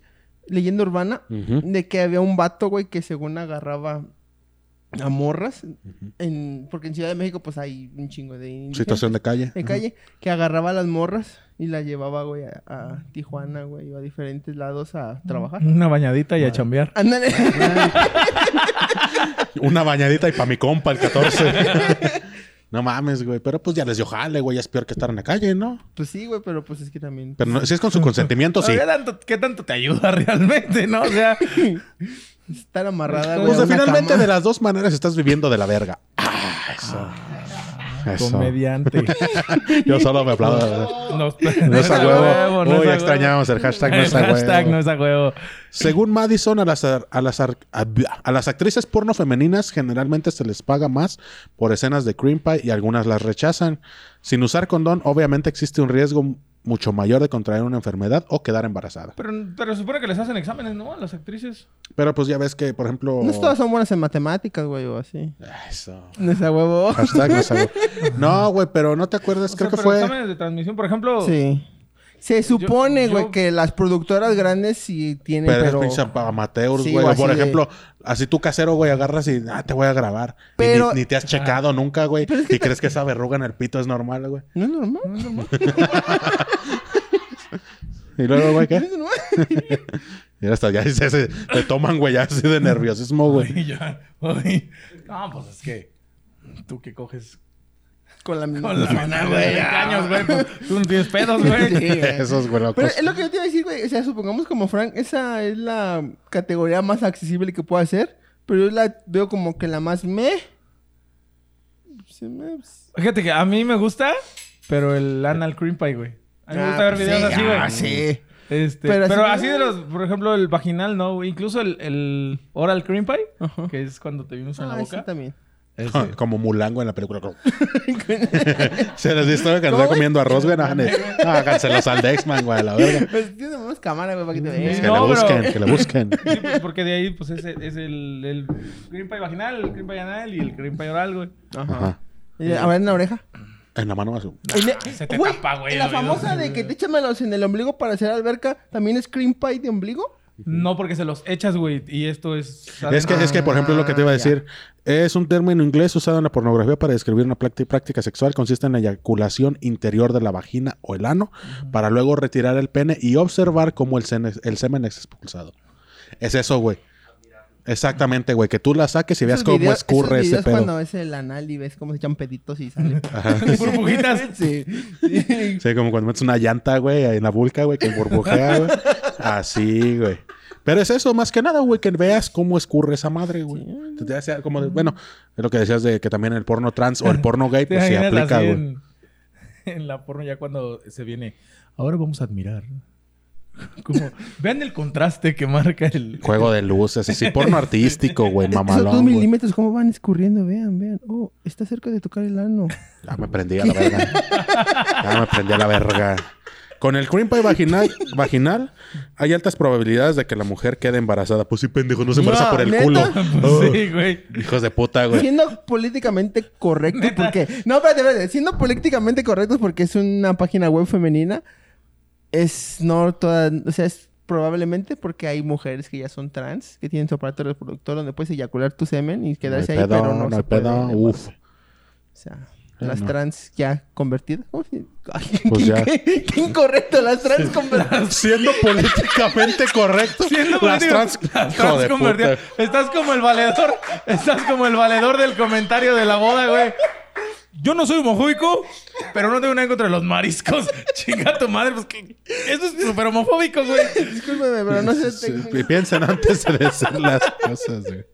Speaker 3: Leyenda urbana.
Speaker 2: Ujú.
Speaker 3: De que había un vato, güey, que según agarraba a morras. en, porque en Ciudad de México, pues hay un chingo de. indigentes
Speaker 2: Situación de calle. <laughs>
Speaker 3: de calle. Que agarraba a las morras y las llevaba, güey, a, a Tijuana, güey, o a diferentes lados a trabajar.
Speaker 4: Una bañadita y a chambear.
Speaker 3: Ándale.
Speaker 2: Una bañadita y pa' mi compa el
Speaker 3: <laughs>
Speaker 2: 14. <laughs> no mames, güey. Pero pues ya les dio jale, güey. Ya es peor que estar en la calle, ¿no?
Speaker 3: <laughs> pues sí, güey, pero pues es que también.
Speaker 2: Pero no- si es con su consentimiento, sí.
Speaker 4: ¿Qué tanto, ¿Qué tanto te ayuda <laughs> realmente, no? O sea,
Speaker 3: Estar amarrada, güey.
Speaker 2: Pues
Speaker 3: a
Speaker 2: de-
Speaker 3: una
Speaker 2: finalmente
Speaker 3: cama.
Speaker 2: de las dos maneras estás viviendo de la verga. Ah, eso. Eso. <laughs>
Speaker 4: comediante.
Speaker 2: Yo solo me aplaudo.
Speaker 4: No,
Speaker 2: No es a huevo.
Speaker 4: no es
Speaker 2: Uy,
Speaker 4: a
Speaker 2: extrañamos el hashtag no
Speaker 4: El
Speaker 2: es a huevo.
Speaker 4: hashtag no es a huevo.
Speaker 2: Según Madison, a las, ar- a, las ar- a, a las actrices porno femeninas generalmente se les paga más por escenas de cream pie y algunas las rechazan. Sin usar condón, obviamente existe un riesgo mucho mayor de contraer una enfermedad o quedar embarazada.
Speaker 4: Pero, pero se supone que les hacen exámenes, ¿no? A las actrices.
Speaker 2: Pero pues ya ves que, por ejemplo...
Speaker 3: No todas son buenas en matemáticas, güey, o así.
Speaker 2: Eso.
Speaker 3: No es a
Speaker 4: <laughs>
Speaker 3: huevo.
Speaker 2: Hashtag no sabe. <laughs> No, güey, pero no te acuerdas,
Speaker 4: O
Speaker 2: Pues creo que
Speaker 4: sea, pero
Speaker 2: fue...
Speaker 4: exámenes de transmisión, por ejemplo.
Speaker 3: Sí. Se supone,
Speaker 4: yo-
Speaker 3: güey, que las productoras grandes sí tienen,
Speaker 2: Pero, es
Speaker 3: pero...
Speaker 2: pinche amateurs,
Speaker 3: Sí,
Speaker 2: güey.
Speaker 3: o
Speaker 2: O por
Speaker 3: así de-
Speaker 2: ejemplo, así tú casero, güey, agarras y ah, te voy a grabar. Y
Speaker 3: Pero-
Speaker 2: ni, ni te has checado nunca, güey.
Speaker 3: Pero es que
Speaker 2: y crees que esa verruga en el pito es normal, güey.
Speaker 3: ¿No es normal? ¿No es normal?
Speaker 2: Y luego, güey,
Speaker 3: ¿No
Speaker 2: ¿qué?
Speaker 3: es normal?
Speaker 2: <laughs>
Speaker 3: <laughs>
Speaker 2: Y hasta ya se, se- te toman, güey, ya así de nerviosismo, güey.
Speaker 4: <laughs> Y ya, ay, No, pues es que. Tú que coges
Speaker 3: Con la
Speaker 4: con la
Speaker 3: misma.
Speaker 4: mano, güey. años, güey. pues, Tú no tienes pedos,
Speaker 3: Sí,
Speaker 4: güey.
Speaker 3: güey.
Speaker 4: <laughs>
Speaker 2: Esos, güey, locos.
Speaker 3: Pero es lo que yo te iba a decir, güey. O sea, supongamos como Frank, esa es la categoría más accesible que pueda ser. Pero yo la veo como que la más me. Se me-
Speaker 4: Fíjate que a mí me gusta, pero el anal cream pie, güey. A mí me gusta
Speaker 3: Ah,
Speaker 4: ver
Speaker 2: pues
Speaker 4: videos
Speaker 3: sí,
Speaker 4: así, güey.
Speaker 3: Ah, sí.
Speaker 4: Este,
Speaker 3: Pero
Speaker 4: pero,
Speaker 3: así-
Speaker 4: así de los, por ejemplo, el vaginal, no, güey. Incluso el, el oral cream pie,
Speaker 3: Ajá.
Speaker 4: que es cuando te vimos en la
Speaker 3: Ah, sí,
Speaker 4: boca. <laughs>
Speaker 3: también.
Speaker 4: Ese.
Speaker 2: Como Mulango en la película. como- <laughs> se les distrae que anda
Speaker 3: ¿Cómo?
Speaker 2: comiendo arroz, güey. no, ne- no, Háganselos al Dexman, güey, a la verga.
Speaker 3: Pues tiene más cámara, güey, para que te
Speaker 2: Que
Speaker 3: vean.
Speaker 4: No,
Speaker 2: le
Speaker 4: pero-
Speaker 2: busquen, que le
Speaker 3: <laughs>
Speaker 2: busquen.
Speaker 4: Sí, pues, porque de ahí, pues, es, es el, el cream pie vaginal, el cream pie anal y el cream pie oral, güey.
Speaker 2: Ajá.
Speaker 3: Eh, A ver en la oreja.
Speaker 2: En la mano azul.
Speaker 3: En-
Speaker 4: Ah, se te
Speaker 3: güey,
Speaker 4: tapa, güey,
Speaker 3: La
Speaker 4: el oído.
Speaker 3: famosa de que te échamelos en el ombligo para hacer alberca, ¿también es cream pie de ombligo?
Speaker 4: No, porque se los echas, güey. Y esto es...
Speaker 2: Es
Speaker 4: <laughs>
Speaker 2: que, es que, por ejemplo, lo que te iba a
Speaker 3: Ah,
Speaker 2: decir es un término inglés usado en la pornografía para describir una prácti- práctica sexual. Consiste en la eyaculación interior de la vagina o el ano para luego retirar el pene y observar cómo el, sene- el semen es expulsado. Es eso, güey. Exactamente, güey. Que tú la saques y veas
Speaker 3: Esos
Speaker 2: cómo
Speaker 3: videos-
Speaker 2: escurre
Speaker 3: esos
Speaker 2: ese
Speaker 3: videos
Speaker 2: pedo.
Speaker 3: cuando ves el anal y ves cómo se echan peditos
Speaker 2: <laughs>
Speaker 3: y salen.
Speaker 4: Burbujitas.
Speaker 3: <laughs> Sí. Sí.
Speaker 2: Sí, como cuando metes una llanta, güey, en la vulca, güey, que burbujea, güey. Así, güey. Pero es eso, más que nada, güey, que veas cómo escurre esa madre, güey. Te- te hace como de- bueno, es lo que decías de que también el porno trans
Speaker 3: <laughs>
Speaker 2: o el porno gay,
Speaker 4: Te
Speaker 2: pues se
Speaker 4: imaginas
Speaker 2: aplica,
Speaker 4: así
Speaker 2: güey.
Speaker 4: en, en la porno ya cuando se viene. Ahora vamos a admirar. <laughs> Como, vean el contraste que marca el... <laughs>
Speaker 2: Juego de luces, así, porno artístico, güey,
Speaker 3: <laughs> Esos dos
Speaker 2: mamalón, güey.
Speaker 3: milímetros, ¿cómo van escurriendo? Vean, vean. Oh, está cerca de tocar el ano.
Speaker 2: Ya me prendí a la verga. Ya me prendí a la verga. Con el cream pie vaginal, vaginal, hay altas probabilidades de que la mujer quede embarazada. Pues sí, pendejo, no se embaraza
Speaker 3: No,
Speaker 2: por el
Speaker 3: ¿neta?
Speaker 2: culo. Oh,
Speaker 4: Pues, Sí, güey.
Speaker 2: Hijos de puta, güey.
Speaker 3: Siendo políticamente correcto, porque. No, espérate, espérate. Siendo políticamente correctos porque es una página web femenina, es no toda. O sea, es probablemente porque hay mujeres que ya son trans, que tienen su aparato reproductor donde puedes eyacular tu semen y quedarse
Speaker 2: No hay
Speaker 3: ahí, pero no,
Speaker 2: no hay
Speaker 3: se puede.
Speaker 2: pedo. Uf.
Speaker 3: O sea.
Speaker 2: Eh,
Speaker 3: Las
Speaker 2: no.
Speaker 3: trans ya convertidas. ¿Cómo se- Ay,
Speaker 2: Pues
Speaker 3: qué,
Speaker 2: ya.
Speaker 3: qué- qué incorrecto, las trans
Speaker 2: <laughs>
Speaker 3: convertidas.
Speaker 2: Siendo
Speaker 3: <laughs>
Speaker 2: políticamente correcto.
Speaker 4: Siendo
Speaker 2: las
Speaker 4: político-
Speaker 2: trans,
Speaker 4: las
Speaker 2: Hijo
Speaker 4: trans
Speaker 2: de
Speaker 4: convertidas.
Speaker 2: puta.
Speaker 4: Estás como el valedor. Estás como el valedor del comentario de la boda, güey. Yo no soy homofóbico, pero no tengo nada en contra de los mariscos. <laughs> Chinga tu madre, pues que. Eso es súper homofóbico, güey.
Speaker 3: Discúlpeme, pero no sé.
Speaker 2: Sí,
Speaker 3: técnico.
Speaker 2: pi- piensen antes de decir las cosas. güey.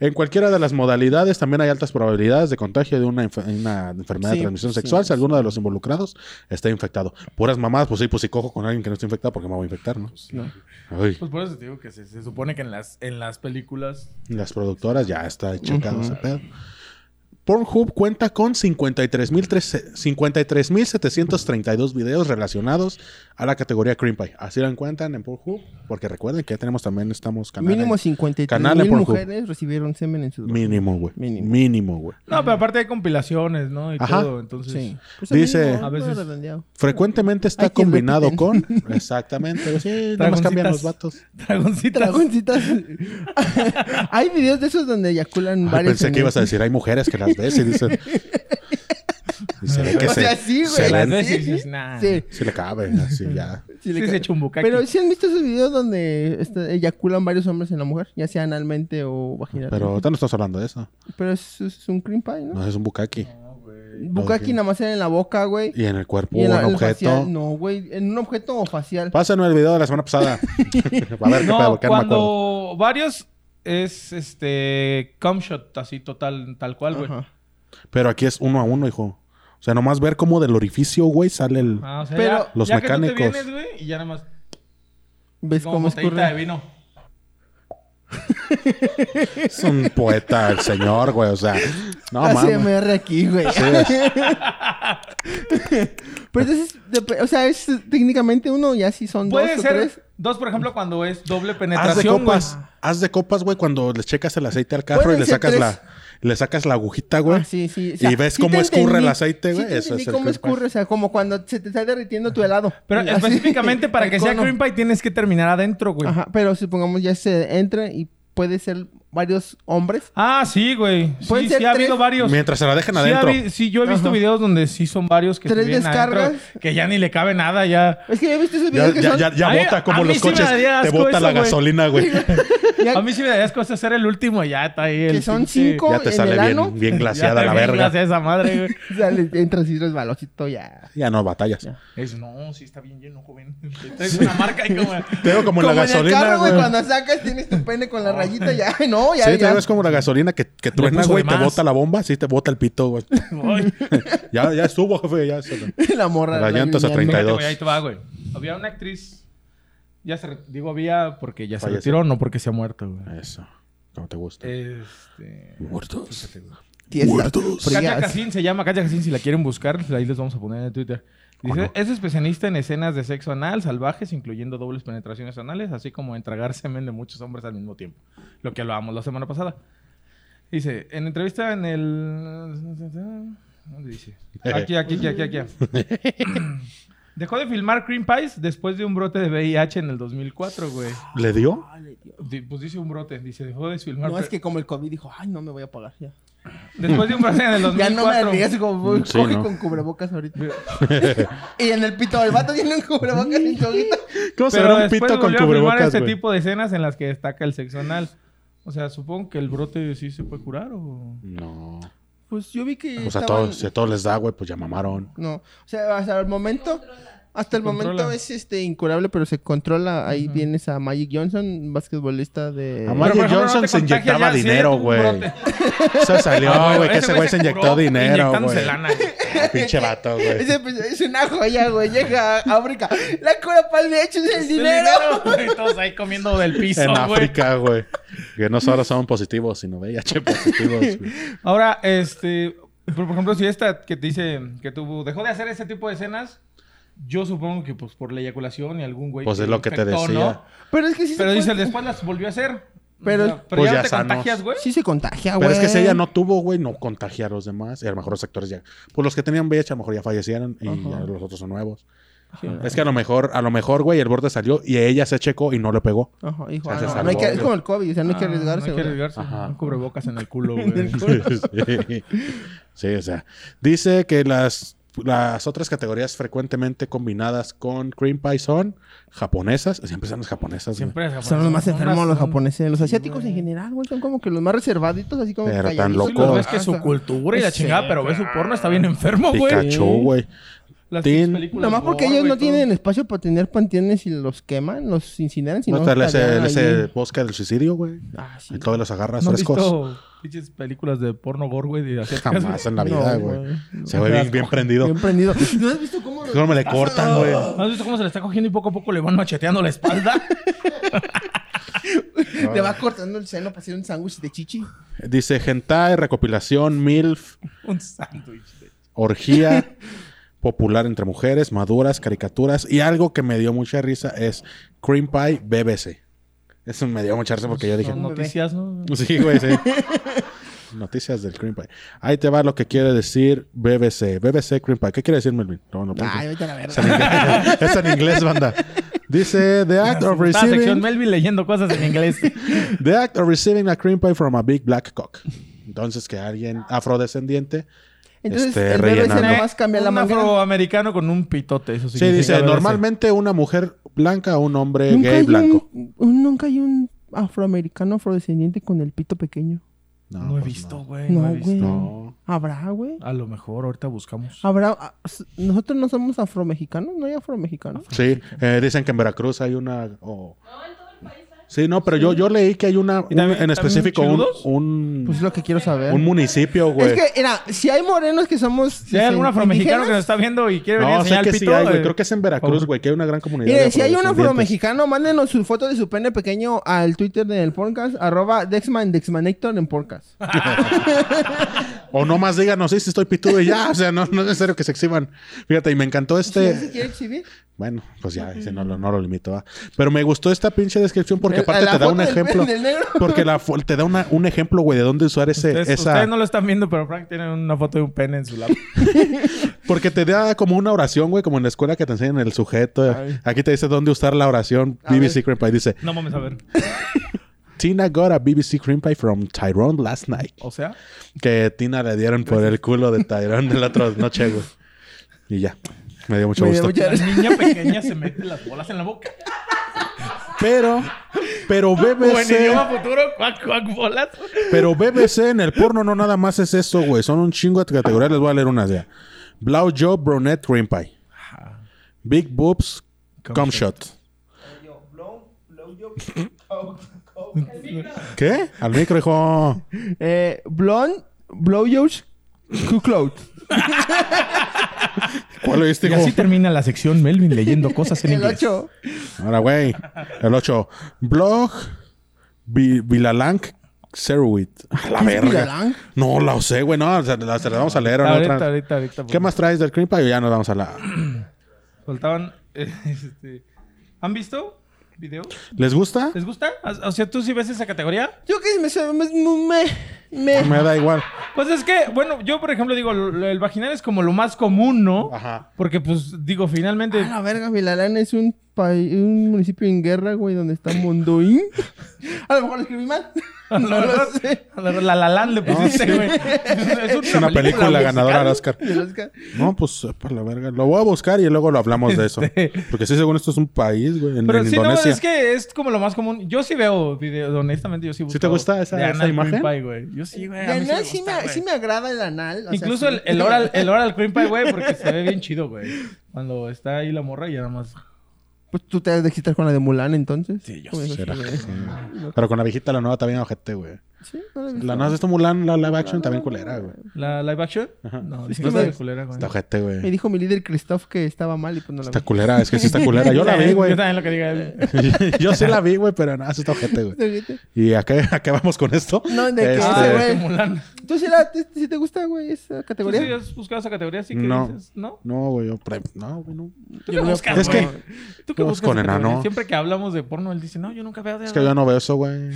Speaker 2: En cualquiera de las modalidades también hay altas probabilidades de contagio de una, inf- una enfermedad
Speaker 3: Sí,
Speaker 2: de transmisión
Speaker 3: sí,
Speaker 2: sexual si alguno de los involucrados está infectado. Puras mamadas, pues sí, pues si cojo con alguien que no está infectado, porque me voy a infectar, ¿no?
Speaker 3: No.
Speaker 2: Ay,
Speaker 4: Pues por eso te digo que se, se supone que en las, en las películas.
Speaker 2: las productoras ya está checado ese pedo. Pornhub cuenta con 53.332 53,732 videos relacionados a la categoría cream pie. Así lo encuentran en Pornhub, porque recuerden que ya tenemos también estamos canales.
Speaker 3: Mínimo 53
Speaker 2: Canal en
Speaker 3: mil
Speaker 2: Pornhub.
Speaker 3: mujeres recibieron semen en sus
Speaker 2: Mínimo, güey.
Speaker 3: Mínimo.
Speaker 2: Mínimo, güey.
Speaker 4: No, pero aparte hay compilaciones, ¿no? Y
Speaker 2: Ajá.
Speaker 4: todo, entonces.
Speaker 3: Sí.
Speaker 2: Dice-
Speaker 4: A
Speaker 3: Pues a
Speaker 4: veces-
Speaker 3: veces.
Speaker 2: <laughs> Frecuentemente está
Speaker 3: Hay quien
Speaker 2: combinado con.
Speaker 3: repiten.
Speaker 2: Exactamente. güey. Sí, nada más
Speaker 4: Dragoncitas.
Speaker 2: cambian los vatos.
Speaker 4: Dragoncitas.
Speaker 3: Dragoncitas. <laughs> Hay videos de esos donde eyaculan
Speaker 2: Ay,
Speaker 3: varios.
Speaker 2: pensé que
Speaker 3: en- <laughs>
Speaker 2: ibas a decir, hay mujeres que las ves y dicen. y se ve que
Speaker 3: <laughs> O
Speaker 2: se,
Speaker 3: sea, sí, güey.
Speaker 2: se ven,
Speaker 4: Sí,
Speaker 3: Sí,
Speaker 4: sí, sí, nah.
Speaker 3: sí.
Speaker 2: si le cabe, así ya.
Speaker 3: Sí le
Speaker 4: Sí,
Speaker 3: ca-
Speaker 4: se echa un bucaque.
Speaker 3: Pero si han visto esos videos donde este, eyaculan varios hombres en la mujer, ya sea analmente o
Speaker 2: Pero
Speaker 3: vaginalmente. Pero,
Speaker 2: ahorita no estamos hablando de eso.
Speaker 3: es, es un cream pie, ¿no?
Speaker 2: No es un bukaki.
Speaker 3: Bukkake nada más era en la boca, güey.
Speaker 2: Y en el cuerpo,
Speaker 3: Y en
Speaker 2: un
Speaker 3: la- el
Speaker 2: objeto.
Speaker 3: facial. No, güey. En un objeto o facial.
Speaker 2: Pásanos el video de la semana
Speaker 3: <laughs>
Speaker 2: pasada. <laughs> a ver qué
Speaker 4: no,
Speaker 2: pedo, que no me
Speaker 4: cuando
Speaker 2: acuerdo.
Speaker 4: varios es este cum shot así total tal cual, güey.
Speaker 3: Ajá.
Speaker 2: Pero aquí es uno a uno, hijo. O sea, nomás ver cómo del orificio, güey, sale el.
Speaker 4: Ah, o sea,
Speaker 3: Pero-
Speaker 4: ya,
Speaker 2: Los
Speaker 4: ya que tú
Speaker 2: mecánicos.
Speaker 4: te vienes, güey, y ya nada más
Speaker 3: ¿Ves
Speaker 4: Como
Speaker 3: cómo
Speaker 4: botellita de
Speaker 3: escurre?
Speaker 4: vino.
Speaker 2: Es un poeta el señor, güey. O sea, no Ah,
Speaker 3: Hace
Speaker 2: mames.
Speaker 3: MR aquí, güey. <laughs> Pero Pues entonces, dep- o sea, es técnicamente uno ya sí son dos
Speaker 4: Puede
Speaker 3: o
Speaker 4: ser Ah,
Speaker 3: tres.
Speaker 4: dos, por ejemplo, cuando es doble
Speaker 2: Haz de
Speaker 4: penetración, güey.
Speaker 2: copas. Haz de copas, güey, cuando le checas el aceite al carro y
Speaker 3: Pueden
Speaker 2: le
Speaker 3: ser
Speaker 2: sacas
Speaker 3: tres.
Speaker 2: la le sacas la agujita, güey.
Speaker 3: Ah, sí, sí. O
Speaker 2: y ves
Speaker 3: sí
Speaker 2: cómo
Speaker 3: te
Speaker 2: escurre
Speaker 3: entendí.
Speaker 2: el aceite, güey.
Speaker 3: Sí te
Speaker 2: Eso
Speaker 3: entendí
Speaker 2: es el
Speaker 3: cómo
Speaker 2: cream
Speaker 3: escurre, o sea, como cuando se te está derritiendo tu helado.
Speaker 4: Pero
Speaker 3: Así,
Speaker 4: específicamente para
Speaker 3: el
Speaker 4: que sea
Speaker 3: cono.
Speaker 4: cream pie tienes que terminar adentro, güey.
Speaker 3: Ajá, pero supongamos ya se entra y puede ser varios hombres.
Speaker 4: Ah, sí, güey.
Speaker 3: Pueden
Speaker 4: Sí,
Speaker 3: ser
Speaker 4: sí ha habido
Speaker 3: tres-
Speaker 4: varios.
Speaker 2: Mientras se la dejan
Speaker 4: Sí,
Speaker 2: adentro.
Speaker 4: ha habi- sí, yo he visto
Speaker 3: Ajá.
Speaker 4: videos donde sí son varios que se
Speaker 3: Tres
Speaker 4: vienen adentro,
Speaker 3: descargas.
Speaker 4: que ya ni le cabe nada, ya.
Speaker 3: Es que yo he visto esos
Speaker 2: Ya,
Speaker 3: videos que
Speaker 2: ya-
Speaker 3: son...
Speaker 2: ya- ya
Speaker 4: Ay,
Speaker 2: bota
Speaker 4: a
Speaker 2: como
Speaker 4: mí
Speaker 2: los
Speaker 4: sí me
Speaker 2: coches.
Speaker 4: daría
Speaker 2: te
Speaker 4: asco
Speaker 2: bota
Speaker 4: eso,
Speaker 2: la
Speaker 4: güey.
Speaker 2: gasolina, güey.
Speaker 3: ya-
Speaker 4: A mí sí me daría asco hacer el último y ya está ahí. el
Speaker 3: que son
Speaker 4: pinche-
Speaker 3: cinco
Speaker 2: ya te
Speaker 3: en
Speaker 2: sale
Speaker 3: el ano.
Speaker 2: bien, bien glaciada
Speaker 4: Ya
Speaker 2: la
Speaker 4: también
Speaker 2: verga.
Speaker 4: glacia esa madre,
Speaker 2: <laughs>
Speaker 4: güey.
Speaker 3: Sale, entra así resbalosito ya.
Speaker 2: Ya no batallas.
Speaker 4: Es, no, sí está bien lleno, joven. Es una marca
Speaker 2: <laughs>
Speaker 4: ahí como...
Speaker 2: Tengo como, la
Speaker 3: Como en el
Speaker 2: gasolina.
Speaker 3: carro, güey,
Speaker 2: güey.
Speaker 3: cuando sacas tienes tu pene con la rayita ya. <laughs> No, ya,
Speaker 2: Sí, te
Speaker 3: ya.
Speaker 2: ves como la gasolina que, que truena,
Speaker 4: puso
Speaker 2: güey,
Speaker 4: de
Speaker 2: te
Speaker 4: más.
Speaker 2: bota la bomba, sí, te bota el pito, güey.
Speaker 4: Ay.
Speaker 2: Ya, ya estuvo, jefe, ya se lo-
Speaker 3: <laughs> La morra.
Speaker 2: Las llantas a 32.
Speaker 3: lagrimeando.
Speaker 4: Fíjate, güey, ahí te va, güey. Había una actriz. Ya se re- digo había porque ya
Speaker 2: Falleció.
Speaker 4: se retiró, no porque se ha muerto, güey.
Speaker 2: Eso, como te gusta.
Speaker 4: Este.
Speaker 2: Muertos.
Speaker 3: Tiesa.
Speaker 2: Muertos.
Speaker 3: Pero ya-
Speaker 4: Katia Cassin se llama Katia Cassin, si la quieren buscar, pues ahí les vamos a poner en Twitter. Dice,
Speaker 2: ¿Cómo no?
Speaker 4: es especialista en escenas de sexo anal, salvajes, incluyendo dobles penetraciones anales, así como en tragar semen de muchos hombres al mismo tiempo. Lo que hablábamos la semana pasada. Dice, en entrevista en el... ¿Dónde dice? Aquí, aquí, aquí, aquí,
Speaker 3: <laughs>
Speaker 4: aquí. Dejó de filmar Cream Pies después de un brote de VIH en el 2004, güey.
Speaker 2: ¿Le dio?
Speaker 4: Di- Pues dice un brote, dice, dejó de filmar...
Speaker 3: No, es
Speaker 4: pero-
Speaker 3: que como el COVID dijo, ay, no me voy a pagar ya.
Speaker 4: Después de un brote en el 2004.
Speaker 3: <laughs> Ya no me arriesgo, voy,
Speaker 2: Sí,
Speaker 3: coge
Speaker 2: ¿no?
Speaker 3: con cubrebocas ahorita. <laughs> y en el pito, el vato tiene un cubrebocas y choguito.
Speaker 2: ¿Cómo se
Speaker 4: Pero
Speaker 2: verá un
Speaker 4: después
Speaker 2: pito con
Speaker 4: volvió a filmar
Speaker 2: cubrebocas,
Speaker 4: este
Speaker 2: güey?
Speaker 4: tipo de escenas en las que destaca el sexo anal. O sea, supongo que el brote sí se puede curar o...
Speaker 2: No.
Speaker 3: Pues yo vi que.
Speaker 2: Pues a
Speaker 3: estaban-
Speaker 2: todos, si a todos les da, güey, pues ya mamaron.
Speaker 3: No, o sea, hasta el momento. Hasta el momento
Speaker 4: controla.
Speaker 3: es este incurable, pero se controla. Ahí tienes a Magic Johnson, basquetbolista de.
Speaker 2: A Magic
Speaker 4: por ejemplo,
Speaker 2: Johnson
Speaker 4: te
Speaker 2: se
Speaker 4: contagias
Speaker 2: inyectaba
Speaker 4: ya, sí,
Speaker 2: dinero,
Speaker 4: de un
Speaker 2: güey.
Speaker 4: brote.
Speaker 2: Se salió,
Speaker 4: <laughs> Ah,
Speaker 2: güey, que ese güey se
Speaker 4: curó
Speaker 2: inyectó dinero,
Speaker 4: inyectándose
Speaker 2: güey. <laughs>
Speaker 4: lana, güey.
Speaker 2: Pinche vato, güey.
Speaker 3: <laughs> Ese, pues, es una joya, güey. Llega a África. La cura para el VIH Pues es el
Speaker 4: El
Speaker 3: dinero.
Speaker 4: <laughs> güey, Todos ahí comiendo del piso,
Speaker 2: En
Speaker 4: güey.
Speaker 2: África, güey. Que no solo son positivos, sino VIH positivos, güey.
Speaker 4: Ahora, este... Por por ejemplo, si esta que te dice que tuvo... Dejó de hacer ese tipo de escenas... Yo supongo que pues por la eyaculación y algún güey...
Speaker 2: Pues es lo que te
Speaker 4: infectó,
Speaker 2: decía.
Speaker 4: ¿no?
Speaker 3: Pero es que sí
Speaker 4: Pero
Speaker 3: se
Speaker 4: dice,
Speaker 3: puede-
Speaker 4: después las volvió a hacer.
Speaker 3: Pero-
Speaker 4: O sea, pero
Speaker 2: Pues
Speaker 4: ya,
Speaker 2: ya
Speaker 4: no te
Speaker 2: sanos.
Speaker 4: contagias, güey.
Speaker 3: Sí se contagia, Ah, güey.
Speaker 2: Pero es que si ella no tuvo, güey, no contagiar a los demás. Y a lo mejor los actores ya. Pues los que tenían VIH a lo mejor ya fallecieron y
Speaker 3: Ajá.
Speaker 2: ya los otros son nuevos.
Speaker 3: Sí.
Speaker 2: Es que a lo mejor, a lo mejor, güey, el borde salió y ella se checó y no le
Speaker 3: <laughs>
Speaker 2: pegó.
Speaker 3: Ajá, hijo, Ah,
Speaker 2: Ya se
Speaker 3: no,
Speaker 2: salvó,
Speaker 3: no hay que- es
Speaker 2: güey.
Speaker 3: como el COVID, o sea, no hay que
Speaker 4: Ah,
Speaker 3: arriesgarse.
Speaker 4: No hay que
Speaker 3: güey.
Speaker 4: arriesgarse.
Speaker 2: Ajá.
Speaker 4: Un cubrebocas en el
Speaker 3: <laughs>
Speaker 4: culo, güey.
Speaker 2: sí. Sí, o sea. Dice que las, las otras categorías frecuentemente combinadas con cream pie son japonesas. Siempre son las japonesas. güey.
Speaker 4: Siempre
Speaker 3: Son los más enfermos los
Speaker 4: son-
Speaker 3: japoneses. Los
Speaker 4: Sí,
Speaker 3: asiáticos
Speaker 4: güey.
Speaker 3: en general, güey, son como que los más reservaditos, así como
Speaker 2: Pero tan
Speaker 3: calladitos.
Speaker 4: Sí,
Speaker 2: locos.
Speaker 4: los ves que su cultura y la
Speaker 3: Sí.
Speaker 4: chingada, pero ves su porno, está bien enfermo, güey.
Speaker 2: Pikachu, güey.
Speaker 4: Las
Speaker 2: Tin.
Speaker 4: pinches películas
Speaker 3: Nomás porque
Speaker 4: gore,
Speaker 3: ellos
Speaker 4: güey,
Speaker 3: no
Speaker 4: todo.
Speaker 3: tienen espacio para tener panteones y los queman, los incineran. Si
Speaker 2: ¿No
Speaker 3: no,
Speaker 2: está ese,
Speaker 3: estarían ahí.
Speaker 2: ese bosque del suicidio, güey?
Speaker 3: Ah, sí.
Speaker 2: Y todos los agarras
Speaker 4: ¿No has
Speaker 2: frescos.
Speaker 4: visto pinches películas de porno gore, güey? de asiáticas, güey?
Speaker 2: Jamás
Speaker 4: <laughs>
Speaker 2: en la vida,
Speaker 3: No,
Speaker 2: güey.
Speaker 3: güey.
Speaker 2: Se ve bien,
Speaker 3: <laughs>
Speaker 2: bien prendido.
Speaker 3: Bien prendido. ¿No has visto
Speaker 2: <laughs>
Speaker 3: cómo los-
Speaker 2: ¿Cómo le cortan, güey?
Speaker 4: ¿No has visto cómo se le está cogiendo y poco a poco le van macheteando la espalda? <laughs>
Speaker 3: le va cortando el seno para hacer un sándwich de chichi?
Speaker 2: Dice Hentai, recopilación, MILF,
Speaker 4: Un sándwich. güey.
Speaker 2: <laughs> orgía, popular entre mujeres, maduras, caricaturas. Y algo que me dio mucha risa es Cream Pie BBC. Eso me dio mucha risa porque yo dije...
Speaker 4: Son noticias, ¿no?
Speaker 2: Sí, güey, <laughs> sí. Noticias del Cream Pie. Ahí te va lo que quiere decir BBC. BBC Cream Pie. ¿Qué quiere decir, Melvin? No, no, perdón. <laughs>
Speaker 3: Ay, vete a la
Speaker 2: Es en inglés- es en inglés, banda. Dice, The Act of
Speaker 4: Está la sección
Speaker 2: Receiving...
Speaker 4: Melvin leyendo cosas en
Speaker 3: <laughs>
Speaker 4: inglés.
Speaker 2: The act of receiving a cream pie from a big black cock. Entonces que alguien afrodescendiente.
Speaker 3: Entonces,
Speaker 2: Este,
Speaker 3: el bebé
Speaker 2: rellenando.
Speaker 3: se nomás cambia la
Speaker 4: un
Speaker 3: manga.
Speaker 4: afroamericano con un pitote, eso sí.
Speaker 2: Sí, dice, normalmente una mujer blanca o un hombre Eh, gay
Speaker 3: hay
Speaker 2: blanco.
Speaker 3: Un, un- nunca hay un afroamericano afrodescendiente con el pito pequeño.
Speaker 2: No,
Speaker 4: No he
Speaker 2: pues
Speaker 4: visto,
Speaker 2: no.
Speaker 4: güey.
Speaker 3: No,
Speaker 4: No, he visto.
Speaker 3: güey.
Speaker 2: No.
Speaker 3: ¿Habrá, güey?
Speaker 4: A lo mejor ahorita buscamos.
Speaker 3: ¿Habrá? ah, s- Nosotros no somos afromexicanos, no hay afromexicanos.
Speaker 2: Sí, eh, dicen que en Veracruz hay una... o
Speaker 5: No, en todo el país hay.
Speaker 2: Sí, no, pero yo, yo leí que hay una, un-
Speaker 4: también-
Speaker 2: en
Speaker 4: también
Speaker 2: específico un,
Speaker 4: chiludos?
Speaker 2: un,
Speaker 3: Pues es lo que quiero saber.
Speaker 2: un municipio, güey.
Speaker 3: es que, mira, si hay morenos que somos.
Speaker 4: Si hay algún afromexicano que nos está viendo y quiere venir a
Speaker 2: no, sé
Speaker 4: enseñar
Speaker 2: que
Speaker 4: el
Speaker 2: sí
Speaker 4: pito,
Speaker 2: hay, güey.
Speaker 4: eh,
Speaker 2: Creo que es en Veracruz, güey, que hay una gran comunidad.
Speaker 3: Mire,
Speaker 2: de
Speaker 3: si hay un
Speaker 2: afrodescendientes.
Speaker 3: afromexicano, mándenos su foto de su pene pequeño al Twitter del podcast, arroba Dexman, Dexmanector en podcast.
Speaker 2: O no más díganos, sí, sí estoy pitudo y ya. <laughs> O sea, no, no es necesario que se exhiban. Fíjate, y me encantó
Speaker 3: ¿Se
Speaker 2: este.
Speaker 3: quiere exhibir?
Speaker 2: Bueno, pues ya, ese no, lo- no lo limito, va. Pero me gustó esta pinche descripción porque
Speaker 3: El-
Speaker 2: aparte
Speaker 3: la
Speaker 2: te da
Speaker 3: foto
Speaker 2: un
Speaker 3: del
Speaker 2: ejemplo.
Speaker 3: pene <laughs> del negro.
Speaker 2: Porque la, fo- te da una- un ejemplo, güey, de dónde usar ese,
Speaker 4: ustedes,
Speaker 2: esa.
Speaker 4: ustedes no lo están viendo, pero Frank tiene una foto de un pene en su lado.
Speaker 2: Porque te da como una oración, güey, como en la escuela que te enseñan el sujeto. Aquí te dice dónde usar la oración.
Speaker 3: A
Speaker 2: BBC
Speaker 3: ver.
Speaker 2: Cream Pie dice:
Speaker 4: <laughs> No mames, a ver.
Speaker 2: Tina got a BBC Cream Pie from Tyrone last night.
Speaker 4: O sea,
Speaker 2: Que Tina le dieron por el culo de Tyrone de la otra noche, güey. Y ya. Me dio mucho
Speaker 3: Me dio
Speaker 2: gusto.
Speaker 3: mucha-
Speaker 4: la <laughs> niña pequeña se mete las bolas en la boca.
Speaker 2: Pero, pero
Speaker 4: O en idioma
Speaker 2: BBC,
Speaker 4: futuro, cuac, cuac, bolas.
Speaker 2: pero BBC en el porno no nada más es eso, güey. Son un chingo de categorías. Les voy a leer unas ya. Blau Joe Brunette Cream Pie. Big Boobs Cum Shot. ¿Qué? Al micro, hijo.
Speaker 3: Eh, blonde, blowjobs, cuclout.
Speaker 2: ¿Cuál lo viste,
Speaker 4: Y así termina la sección Melvin leyendo cosas en
Speaker 3: El
Speaker 4: inglés.
Speaker 3: 8.
Speaker 2: Ahora, güey. El 8. Blog Vi- Vilalank Serwit. A la
Speaker 3: ¿Qué es
Speaker 2: verga.
Speaker 3: Vilalank?
Speaker 2: No la sé, güey. No, se la, se la vamos a leer. en
Speaker 4: Ahorita,
Speaker 2: otra.
Speaker 4: ahorita, ahorita.
Speaker 2: ¿Qué más traes del cream pie? O Ya nos vamos a la...
Speaker 4: Soltaban. <laughs> eh, este, ¿Han visto videos?
Speaker 2: ¿Les gusta?
Speaker 4: ¿Les gusta? O o sea, tú sí ves esa categoría.
Speaker 3: Yo que me sé- me, me, me-
Speaker 2: Me da igual.
Speaker 4: Pues es que, bueno, yo por ejemplo digo, lo- lo- el vaginal es como lo más común, ¿no?
Speaker 2: Ajá.
Speaker 4: Porque pues digo, finalmente.
Speaker 3: A la verga, Vilalán es un, país, un municipio en guerra, güey, donde está Mondoín. A lo mejor lo escribí
Speaker 4: <laughs>
Speaker 3: mal. Ah, No lo sé.
Speaker 4: La la, la Land le pusiste, güey. Es,
Speaker 2: Es una película ganadora al Oscar.
Speaker 3: Y el Oscar.
Speaker 2: No, pues, eh, por la verga. Lo voy a buscar y luego lo hablamos
Speaker 4: <laughs>
Speaker 2: de eso.
Speaker 4: Este-
Speaker 2: Porque sí, según esto es un país, güey. En,
Speaker 4: Pero
Speaker 2: en
Speaker 4: sí, no,
Speaker 2: Indonesia.
Speaker 4: es que es como lo más común. Yo sí veo videos, honestamente, yo sí busco.
Speaker 2: te gusta esa-
Speaker 4: de
Speaker 2: esa
Speaker 4: anal
Speaker 2: imagen?
Speaker 4: cream pie, güey. Yo sí, güey.
Speaker 3: De
Speaker 4: a mí
Speaker 3: anal sí,
Speaker 4: gusta,
Speaker 3: me,
Speaker 4: güey.
Speaker 3: sí me agrada el anal. o sea,
Speaker 4: Incluso
Speaker 3: sí.
Speaker 4: el, el oral, el oral cream pie, güey, porque se ve bien chido, güey. Cuando está ahí la morra y nada más.
Speaker 3: <laughs> Pues tú te has de quitar con la de Mulan, entonces. Sí, yo
Speaker 4: Pues,
Speaker 3: sí.
Speaker 2: Será que sí. Pero con la viejita, la nueva está bien ojete, güey.
Speaker 3: no lo he visto.
Speaker 2: La nueva de esto Mulan, la live action, también culera, güey.
Speaker 4: ¿La live action? No,
Speaker 3: Es que
Speaker 4: no está
Speaker 3: me-
Speaker 4: de culera, güey.
Speaker 2: Está ojete,
Speaker 3: Me
Speaker 2: güey.
Speaker 3: dijo mi líder Christoph que estaba mal y pues no la
Speaker 2: Está
Speaker 3: vi.
Speaker 2: culera. Es que sí está culera. Yo la vi, güey.
Speaker 4: <laughs> Yo también lo que diga él.
Speaker 2: <laughs> Yo sí la vi, güey, pero nada, sí está ojete, güey. ¿Y a qué, a qué vamos con esto?
Speaker 3: No, de que
Speaker 2: Este,
Speaker 4: Ah,
Speaker 3: ese
Speaker 4: de
Speaker 3: güey-
Speaker 4: Mulan.
Speaker 3: ¿Tú sí, la, te, sí te gusta, güey, esa
Speaker 4: ¿Tú
Speaker 3: categoría?
Speaker 4: sí has buscado esa categoría? Sí que
Speaker 2: No.
Speaker 4: dices, ¿no?
Speaker 2: No, güey, yo... pre- No, güey, no.
Speaker 4: ¿Tú qué buscas,
Speaker 2: Es que-
Speaker 4: güey? ¿Tú qué
Speaker 2: Vamos
Speaker 4: buscas?
Speaker 2: con
Speaker 4: esa categoría?
Speaker 2: enano.
Speaker 4: Siempre que hablamos de porno, él dice, no, yo nunca veo de
Speaker 2: Es que yo no veo eso, güey.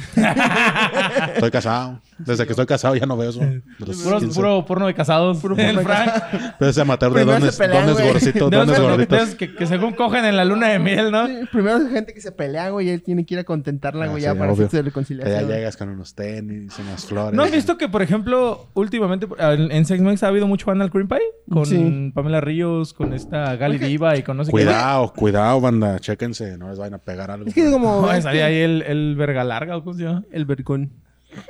Speaker 2: Estoy casado. Desde que estoy casado ya no veo eso. De los
Speaker 4: Puro,
Speaker 2: 15.
Speaker 4: puro porno de casados. <laughs> el
Speaker 3: porno de
Speaker 4: Frank.
Speaker 2: Pero ese amateur de
Speaker 3: Primero se
Speaker 2: dones,
Speaker 3: pelean,
Speaker 2: dones
Speaker 3: güey.
Speaker 2: gorcitos,
Speaker 4: De
Speaker 2: dones
Speaker 4: esos
Speaker 2: gorditos.
Speaker 4: que, que según cogen en la luna de miel, ¿no?
Speaker 3: Sí, Primero hay gente que se pelea, güey, y él tiene que ir a contentarla,
Speaker 2: Ah,
Speaker 3: güey,
Speaker 2: sí,
Speaker 3: ya para
Speaker 2: obvio. Que
Speaker 3: hacerse
Speaker 2: ya
Speaker 3: reconciliación.
Speaker 2: llegas con unos tenis, unas flores.
Speaker 4: ¿No has visto que, por ejemplo, últimamente en en Sex Mex ha habido mucho anal cream pie? Con
Speaker 3: Sí.
Speaker 4: Pamela Ríos, con esta Gali Diva y con no sé <laughs>
Speaker 2: Cuidado, cuidado, banda. Chéquense, no les vayan a pegar algo.
Speaker 3: Es que es
Speaker 4: qué.
Speaker 3: como...
Speaker 4: Oye,
Speaker 3: este,
Speaker 4: salía ahí el, el verga larga o cómo se llama.
Speaker 3: El vergón.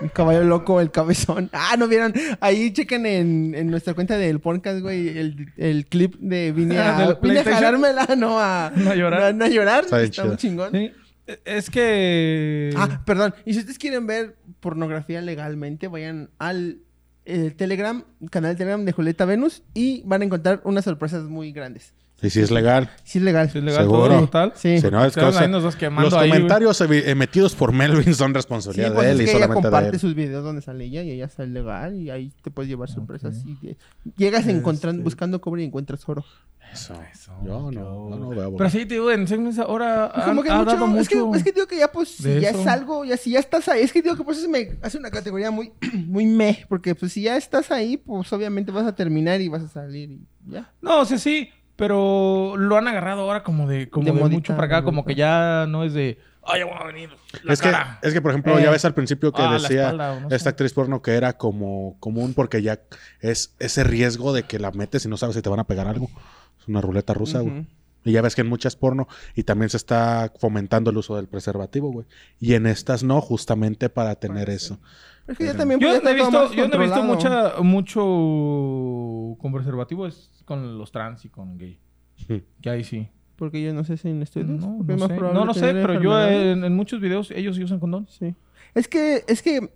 Speaker 3: El caballo loco, el cabezón. <laughs> Ah, ¿no vieron? Ahí chequen en, en nuestra cuenta del podcast, güey, el, el clip de vine
Speaker 4: Ah, del
Speaker 3: a, vine a
Speaker 4: PlayStation.
Speaker 3: jalármela, no a...
Speaker 4: <laughs> No a llorar.
Speaker 3: No, no a llorar.
Speaker 2: Está
Speaker 3: Está,
Speaker 2: bien chido.
Speaker 3: muy chingón.
Speaker 4: Sí. E- Es que.
Speaker 3: Ah, perdón. Y si ustedes quieren ver pornografía legalmente, vayan al eh, Telegram, canal Telegram de Julieta Venus y van a encontrar unas sorpresas muy grandes.
Speaker 2: Y si es legal.
Speaker 3: Sí es legal.
Speaker 4: Sí es legal
Speaker 2: Seguro.
Speaker 4: todo, total.
Speaker 3: Sí.
Speaker 2: Si no, es
Speaker 4: Claro,
Speaker 2: cosa-
Speaker 4: ahí nos vas quemando
Speaker 2: Los
Speaker 4: ahí, güey.
Speaker 2: comentarios evi- emitidos por Melvin son
Speaker 3: Sí,
Speaker 2: responsabilidad
Speaker 3: pues
Speaker 2: de
Speaker 3: es
Speaker 2: él y
Speaker 3: que ella
Speaker 2: solamente de
Speaker 3: comparte
Speaker 2: él.
Speaker 3: sus videos donde sale ella y ella sale legal y ahí te puedes llevar sorpresas. y, eh, llegas
Speaker 4: Este.
Speaker 3: encontrando, buscando cobre y encuentras oro.
Speaker 2: Eso. Yo no, yo no veo.
Speaker 4: Pero sí, te digo, en Sex Mex ahora ha,
Speaker 3: Como que
Speaker 4: ha
Speaker 3: mucho-
Speaker 4: dado mucho.
Speaker 3: Es que, es que digo que ya pues si
Speaker 4: de
Speaker 3: ya
Speaker 4: eso.
Speaker 3: es algo, ya si ya estás ahí, es que digo que pues eso me hace una categoría muy, <clears throat> muy meh, porque pues si ya estás ahí, pues obviamente vas a terminar y vas a salir y ya.
Speaker 4: No, o sea, sí, pero lo han agarrado ahora como de, como
Speaker 3: De
Speaker 4: de
Speaker 3: modita,
Speaker 4: mucho para acá,
Speaker 3: de
Speaker 4: como
Speaker 3: modita.
Speaker 4: que ya no es de. Ay, ya voy a venir. La
Speaker 2: es que,
Speaker 4: cara".
Speaker 2: es que, por ejemplo,
Speaker 4: Eh.
Speaker 2: ya ves al principio que
Speaker 4: Ah, la
Speaker 2: decía
Speaker 4: espalda, o no sé.
Speaker 2: esta actriz porno que era como común porque ya es ese riesgo de que la metes y no sabes si te van a pegar algo. Es una ruleta rusa, güey.
Speaker 3: Ujú.
Speaker 2: Y ya ves que en muchas porno y también se está fomentando el uso del preservativo, güey. Y en estas no, justamente para tener eso.
Speaker 3: Pero es que ya también
Speaker 4: Yo
Speaker 3: pues, ya
Speaker 4: donde he
Speaker 3: está todo
Speaker 4: visto,
Speaker 3: más
Speaker 4: yo donde he visto
Speaker 3: controlado.
Speaker 4: mucha, mucho con preservativo es con los trans y con gay.
Speaker 2: Hmm.
Speaker 4: Que ahí sí.
Speaker 3: Porque yo no sé si en estudios.
Speaker 4: No,
Speaker 3: es
Speaker 4: no
Speaker 3: más
Speaker 4: sé.
Speaker 3: probable
Speaker 4: No lo sé,
Speaker 3: tener
Speaker 4: pero yo
Speaker 3: enfermedades.
Speaker 4: eh, en, en muchos videos ellos sí usan condón.
Speaker 3: Sí. Es que, es que,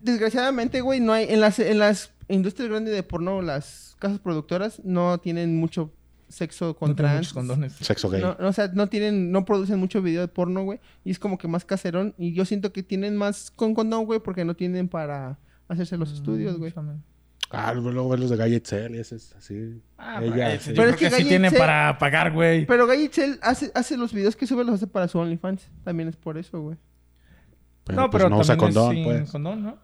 Speaker 3: desgraciadamente, güey, no hay, en las, en las industrias grandes de porno, las casas productoras no tienen mucho sexo con
Speaker 4: No tienen
Speaker 3: trans.
Speaker 4: muchos condones.
Speaker 2: Sexo gay.
Speaker 3: No, no, o sea, no tienen, no producen mucho video de porno, güey. Y es como que más caserón. Y yo siento que tienen más con condón, güey, porque no tienen para hacerse
Speaker 4: Mm,
Speaker 3: los estudios, güey.
Speaker 2: Ah, luego ves los de Gallet Cell y ese es así.
Speaker 4: Ah,
Speaker 2: Ella,
Speaker 4: pero,
Speaker 2: sí.
Speaker 3: Pero
Speaker 4: yo creo
Speaker 3: es que
Speaker 4: que sí
Speaker 3: Gallen
Speaker 4: tiene
Speaker 3: se-
Speaker 4: para pagar, güey.
Speaker 3: Pero Gayichel hace, hace los videos que sube, los hace para su OnlyFans. También es por eso, güey.
Speaker 2: no, pero pues, no usa
Speaker 4: también es
Speaker 2: condón,
Speaker 4: sin
Speaker 2: pues.
Speaker 4: condón, ¿no?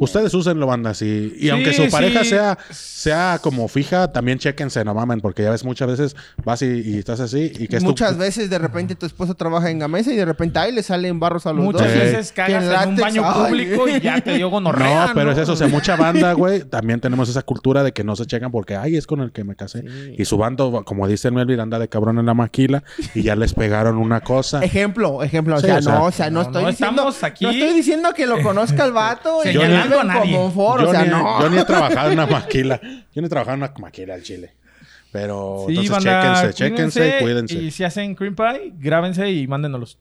Speaker 2: Ustedes úsenlo, banda, sí. Y
Speaker 4: Sí,
Speaker 2: aunque su pareja
Speaker 4: sí.
Speaker 2: sea, sea como fija, también chéquense, no mamen, porque ya ves muchas veces vas y, y estás así y que es tu-
Speaker 3: Muchas veces de repente tu esposo trabaja en Gamesa y de repente ahí le salen barros a los
Speaker 4: Muchas
Speaker 3: dos.
Speaker 2: Sí.
Speaker 4: veces cagas
Speaker 3: Que
Speaker 4: en un
Speaker 3: látex,
Speaker 4: baño
Speaker 3: ay.
Speaker 4: público y ya te dio gonorrea.
Speaker 2: No, pero es eso, o sea, mucha banda, güey, también tenemos esa cultura de que no se checan porque, ay, es con el que me casé. Y su bando, como dice el Melvin, anda de cabrón en la maquila y ya les pegaron una cosa.
Speaker 3: <laughs> Ejemplo, ejemplo, o
Speaker 2: Sí,
Speaker 3: sea,
Speaker 2: o sea,
Speaker 3: no, o sea, no,
Speaker 4: no,
Speaker 3: estoy
Speaker 4: no
Speaker 3: diciendo,
Speaker 4: estamos aquí
Speaker 3: no estoy diciendo
Speaker 2: <laughs>
Speaker 3: que lo conozca el vato y que
Speaker 4: señalando
Speaker 3: vive
Speaker 4: a nadie.
Speaker 3: como confort,
Speaker 2: yo,
Speaker 3: o sea,
Speaker 2: ni,
Speaker 3: no.
Speaker 2: yo ni he trabajado en una maquila. Yo ni he trabajado en una maquila al chile. Pero
Speaker 4: Sí,
Speaker 2: entonces
Speaker 4: banda,
Speaker 2: chéquense, chéquense y cuídense.
Speaker 4: Y si hacen cream pie, grábense y mándenoslos.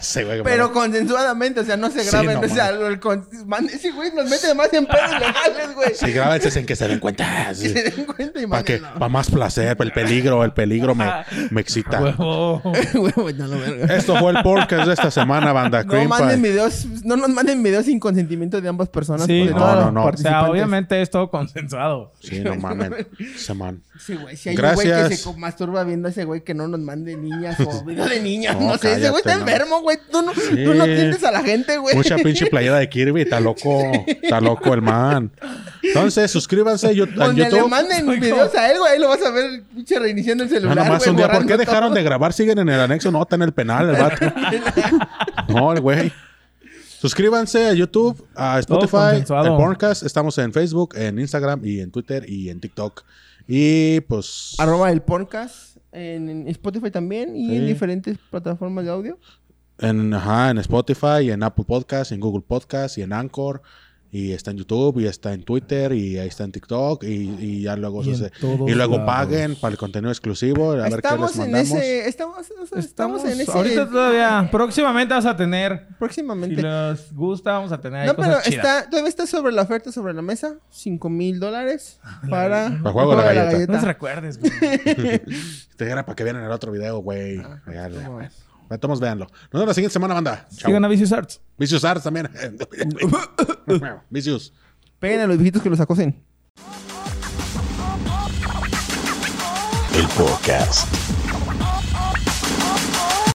Speaker 2: Sí, güey,
Speaker 3: Pero consensuadamente, o sea, no se
Speaker 2: Sí,
Speaker 3: graben,
Speaker 2: no,
Speaker 3: <laughs> o sea, el con... man- ese güey nos mete más
Speaker 2: <laughs>
Speaker 3: en pedos legales, güey.
Speaker 2: Sí, grábense sin que se den cuenta.
Speaker 3: Que <laughs> se den cuenta y
Speaker 2: Para que,
Speaker 3: mándenlo.
Speaker 2: para más placer, el peligro, el peligro me, me excita.
Speaker 4: Huevo.
Speaker 3: <laughs> Güey, güey, <laughs> no, no, verga.
Speaker 2: Esto fue el podcast de esta semana, banda.
Speaker 3: No
Speaker 2: Cream
Speaker 3: manden
Speaker 2: Pie.
Speaker 3: videos, no nos manden videos sin consentimiento de ambas personas.
Speaker 4: Sí,
Speaker 3: por
Speaker 4: no,
Speaker 3: todas
Speaker 2: no,
Speaker 3: las
Speaker 2: no.
Speaker 4: O sea,
Speaker 3: participantes.
Speaker 4: obviamente es todo consensuado.
Speaker 2: Sí, no mamen. Semana.
Speaker 3: Sí, güey, si hay un güey que
Speaker 2: Gracias.
Speaker 3: se co- masturba viendo a ese güey que no nos
Speaker 2: <laughs>
Speaker 3: mande niñas o video de niñas, no,
Speaker 2: No,
Speaker 3: sé, ese güey
Speaker 2: cállate,
Speaker 3: está
Speaker 2: no.
Speaker 3: enfermo, güey. Tú no, tú no atiendes a la gente, güey. <laughs>
Speaker 2: Mucha pinche playera de Kirby, está loco, está loco el man. Entonces, suscríbanse yo- a
Speaker 3: Donde le
Speaker 2: YouTube.
Speaker 3: manden
Speaker 4: Soy
Speaker 3: videos
Speaker 4: como-
Speaker 3: a él, güey, ahí lo vas a ver pinche reiniciando el
Speaker 2: No,
Speaker 3: celular,
Speaker 2: Ah, nomás
Speaker 3: güey,
Speaker 2: un día. ¿Por qué
Speaker 3: borrando
Speaker 2: dejaron
Speaker 3: todo.
Speaker 2: de grabar? Siguen en el anexo. No, está en el penal el vato.
Speaker 3: <laughs>
Speaker 2: No, el güey. Suscríbanse a YouTube, a Spotify,
Speaker 4: consensuado.
Speaker 2: a Porncast. Estamos en Facebook, en Instagram y en Twitter y en TikTok. Y pues.
Speaker 3: Arroba el podcast en, en Spotify también y en
Speaker 2: Sí.
Speaker 3: diferentes plataformas de audio.
Speaker 2: En, ajá, en Spotify, y en Apple Podcast, y en Google Podcast y en Anchor. Y está en YouTube, y está en Twitter, y ahí está en TikTok, y, y ya luego
Speaker 4: Y en
Speaker 2: se-
Speaker 4: todos
Speaker 2: y luego
Speaker 4: lados.
Speaker 2: paguen para el contenido exclusivo, a ver qué les
Speaker 3: Estamos en
Speaker 2: mandamos. <laughs>
Speaker 3: ese, estamos, o sea, estamos, en ese.
Speaker 4: Ahorita todavía. Próximamente vas a tener. Si
Speaker 3: próximamente.
Speaker 4: les gusta, vamos a tener ahí
Speaker 3: No, pero
Speaker 4: cosas chidas.
Speaker 3: está, todavía está sobre la oferta, sobre la mesa. 5 mil dólares para el
Speaker 2: juego de la galleta.
Speaker 4: No se recuerdes, güey.
Speaker 3: <laughs>
Speaker 2: Te Este era para que vean en el otro video, güey. Véanlo.
Speaker 3: Ah, ¿cómo ves?
Speaker 2: Entonces, véanlo. Nos vemos la siguiente semana, banda. Chao.
Speaker 4: Sigan a Vicious Arts.
Speaker 2: Vicious Arts
Speaker 4: <laughs>
Speaker 2: también. <laughs> Vicious.
Speaker 3: Peguen a los viejitos que los acosen.
Speaker 1: El podcast.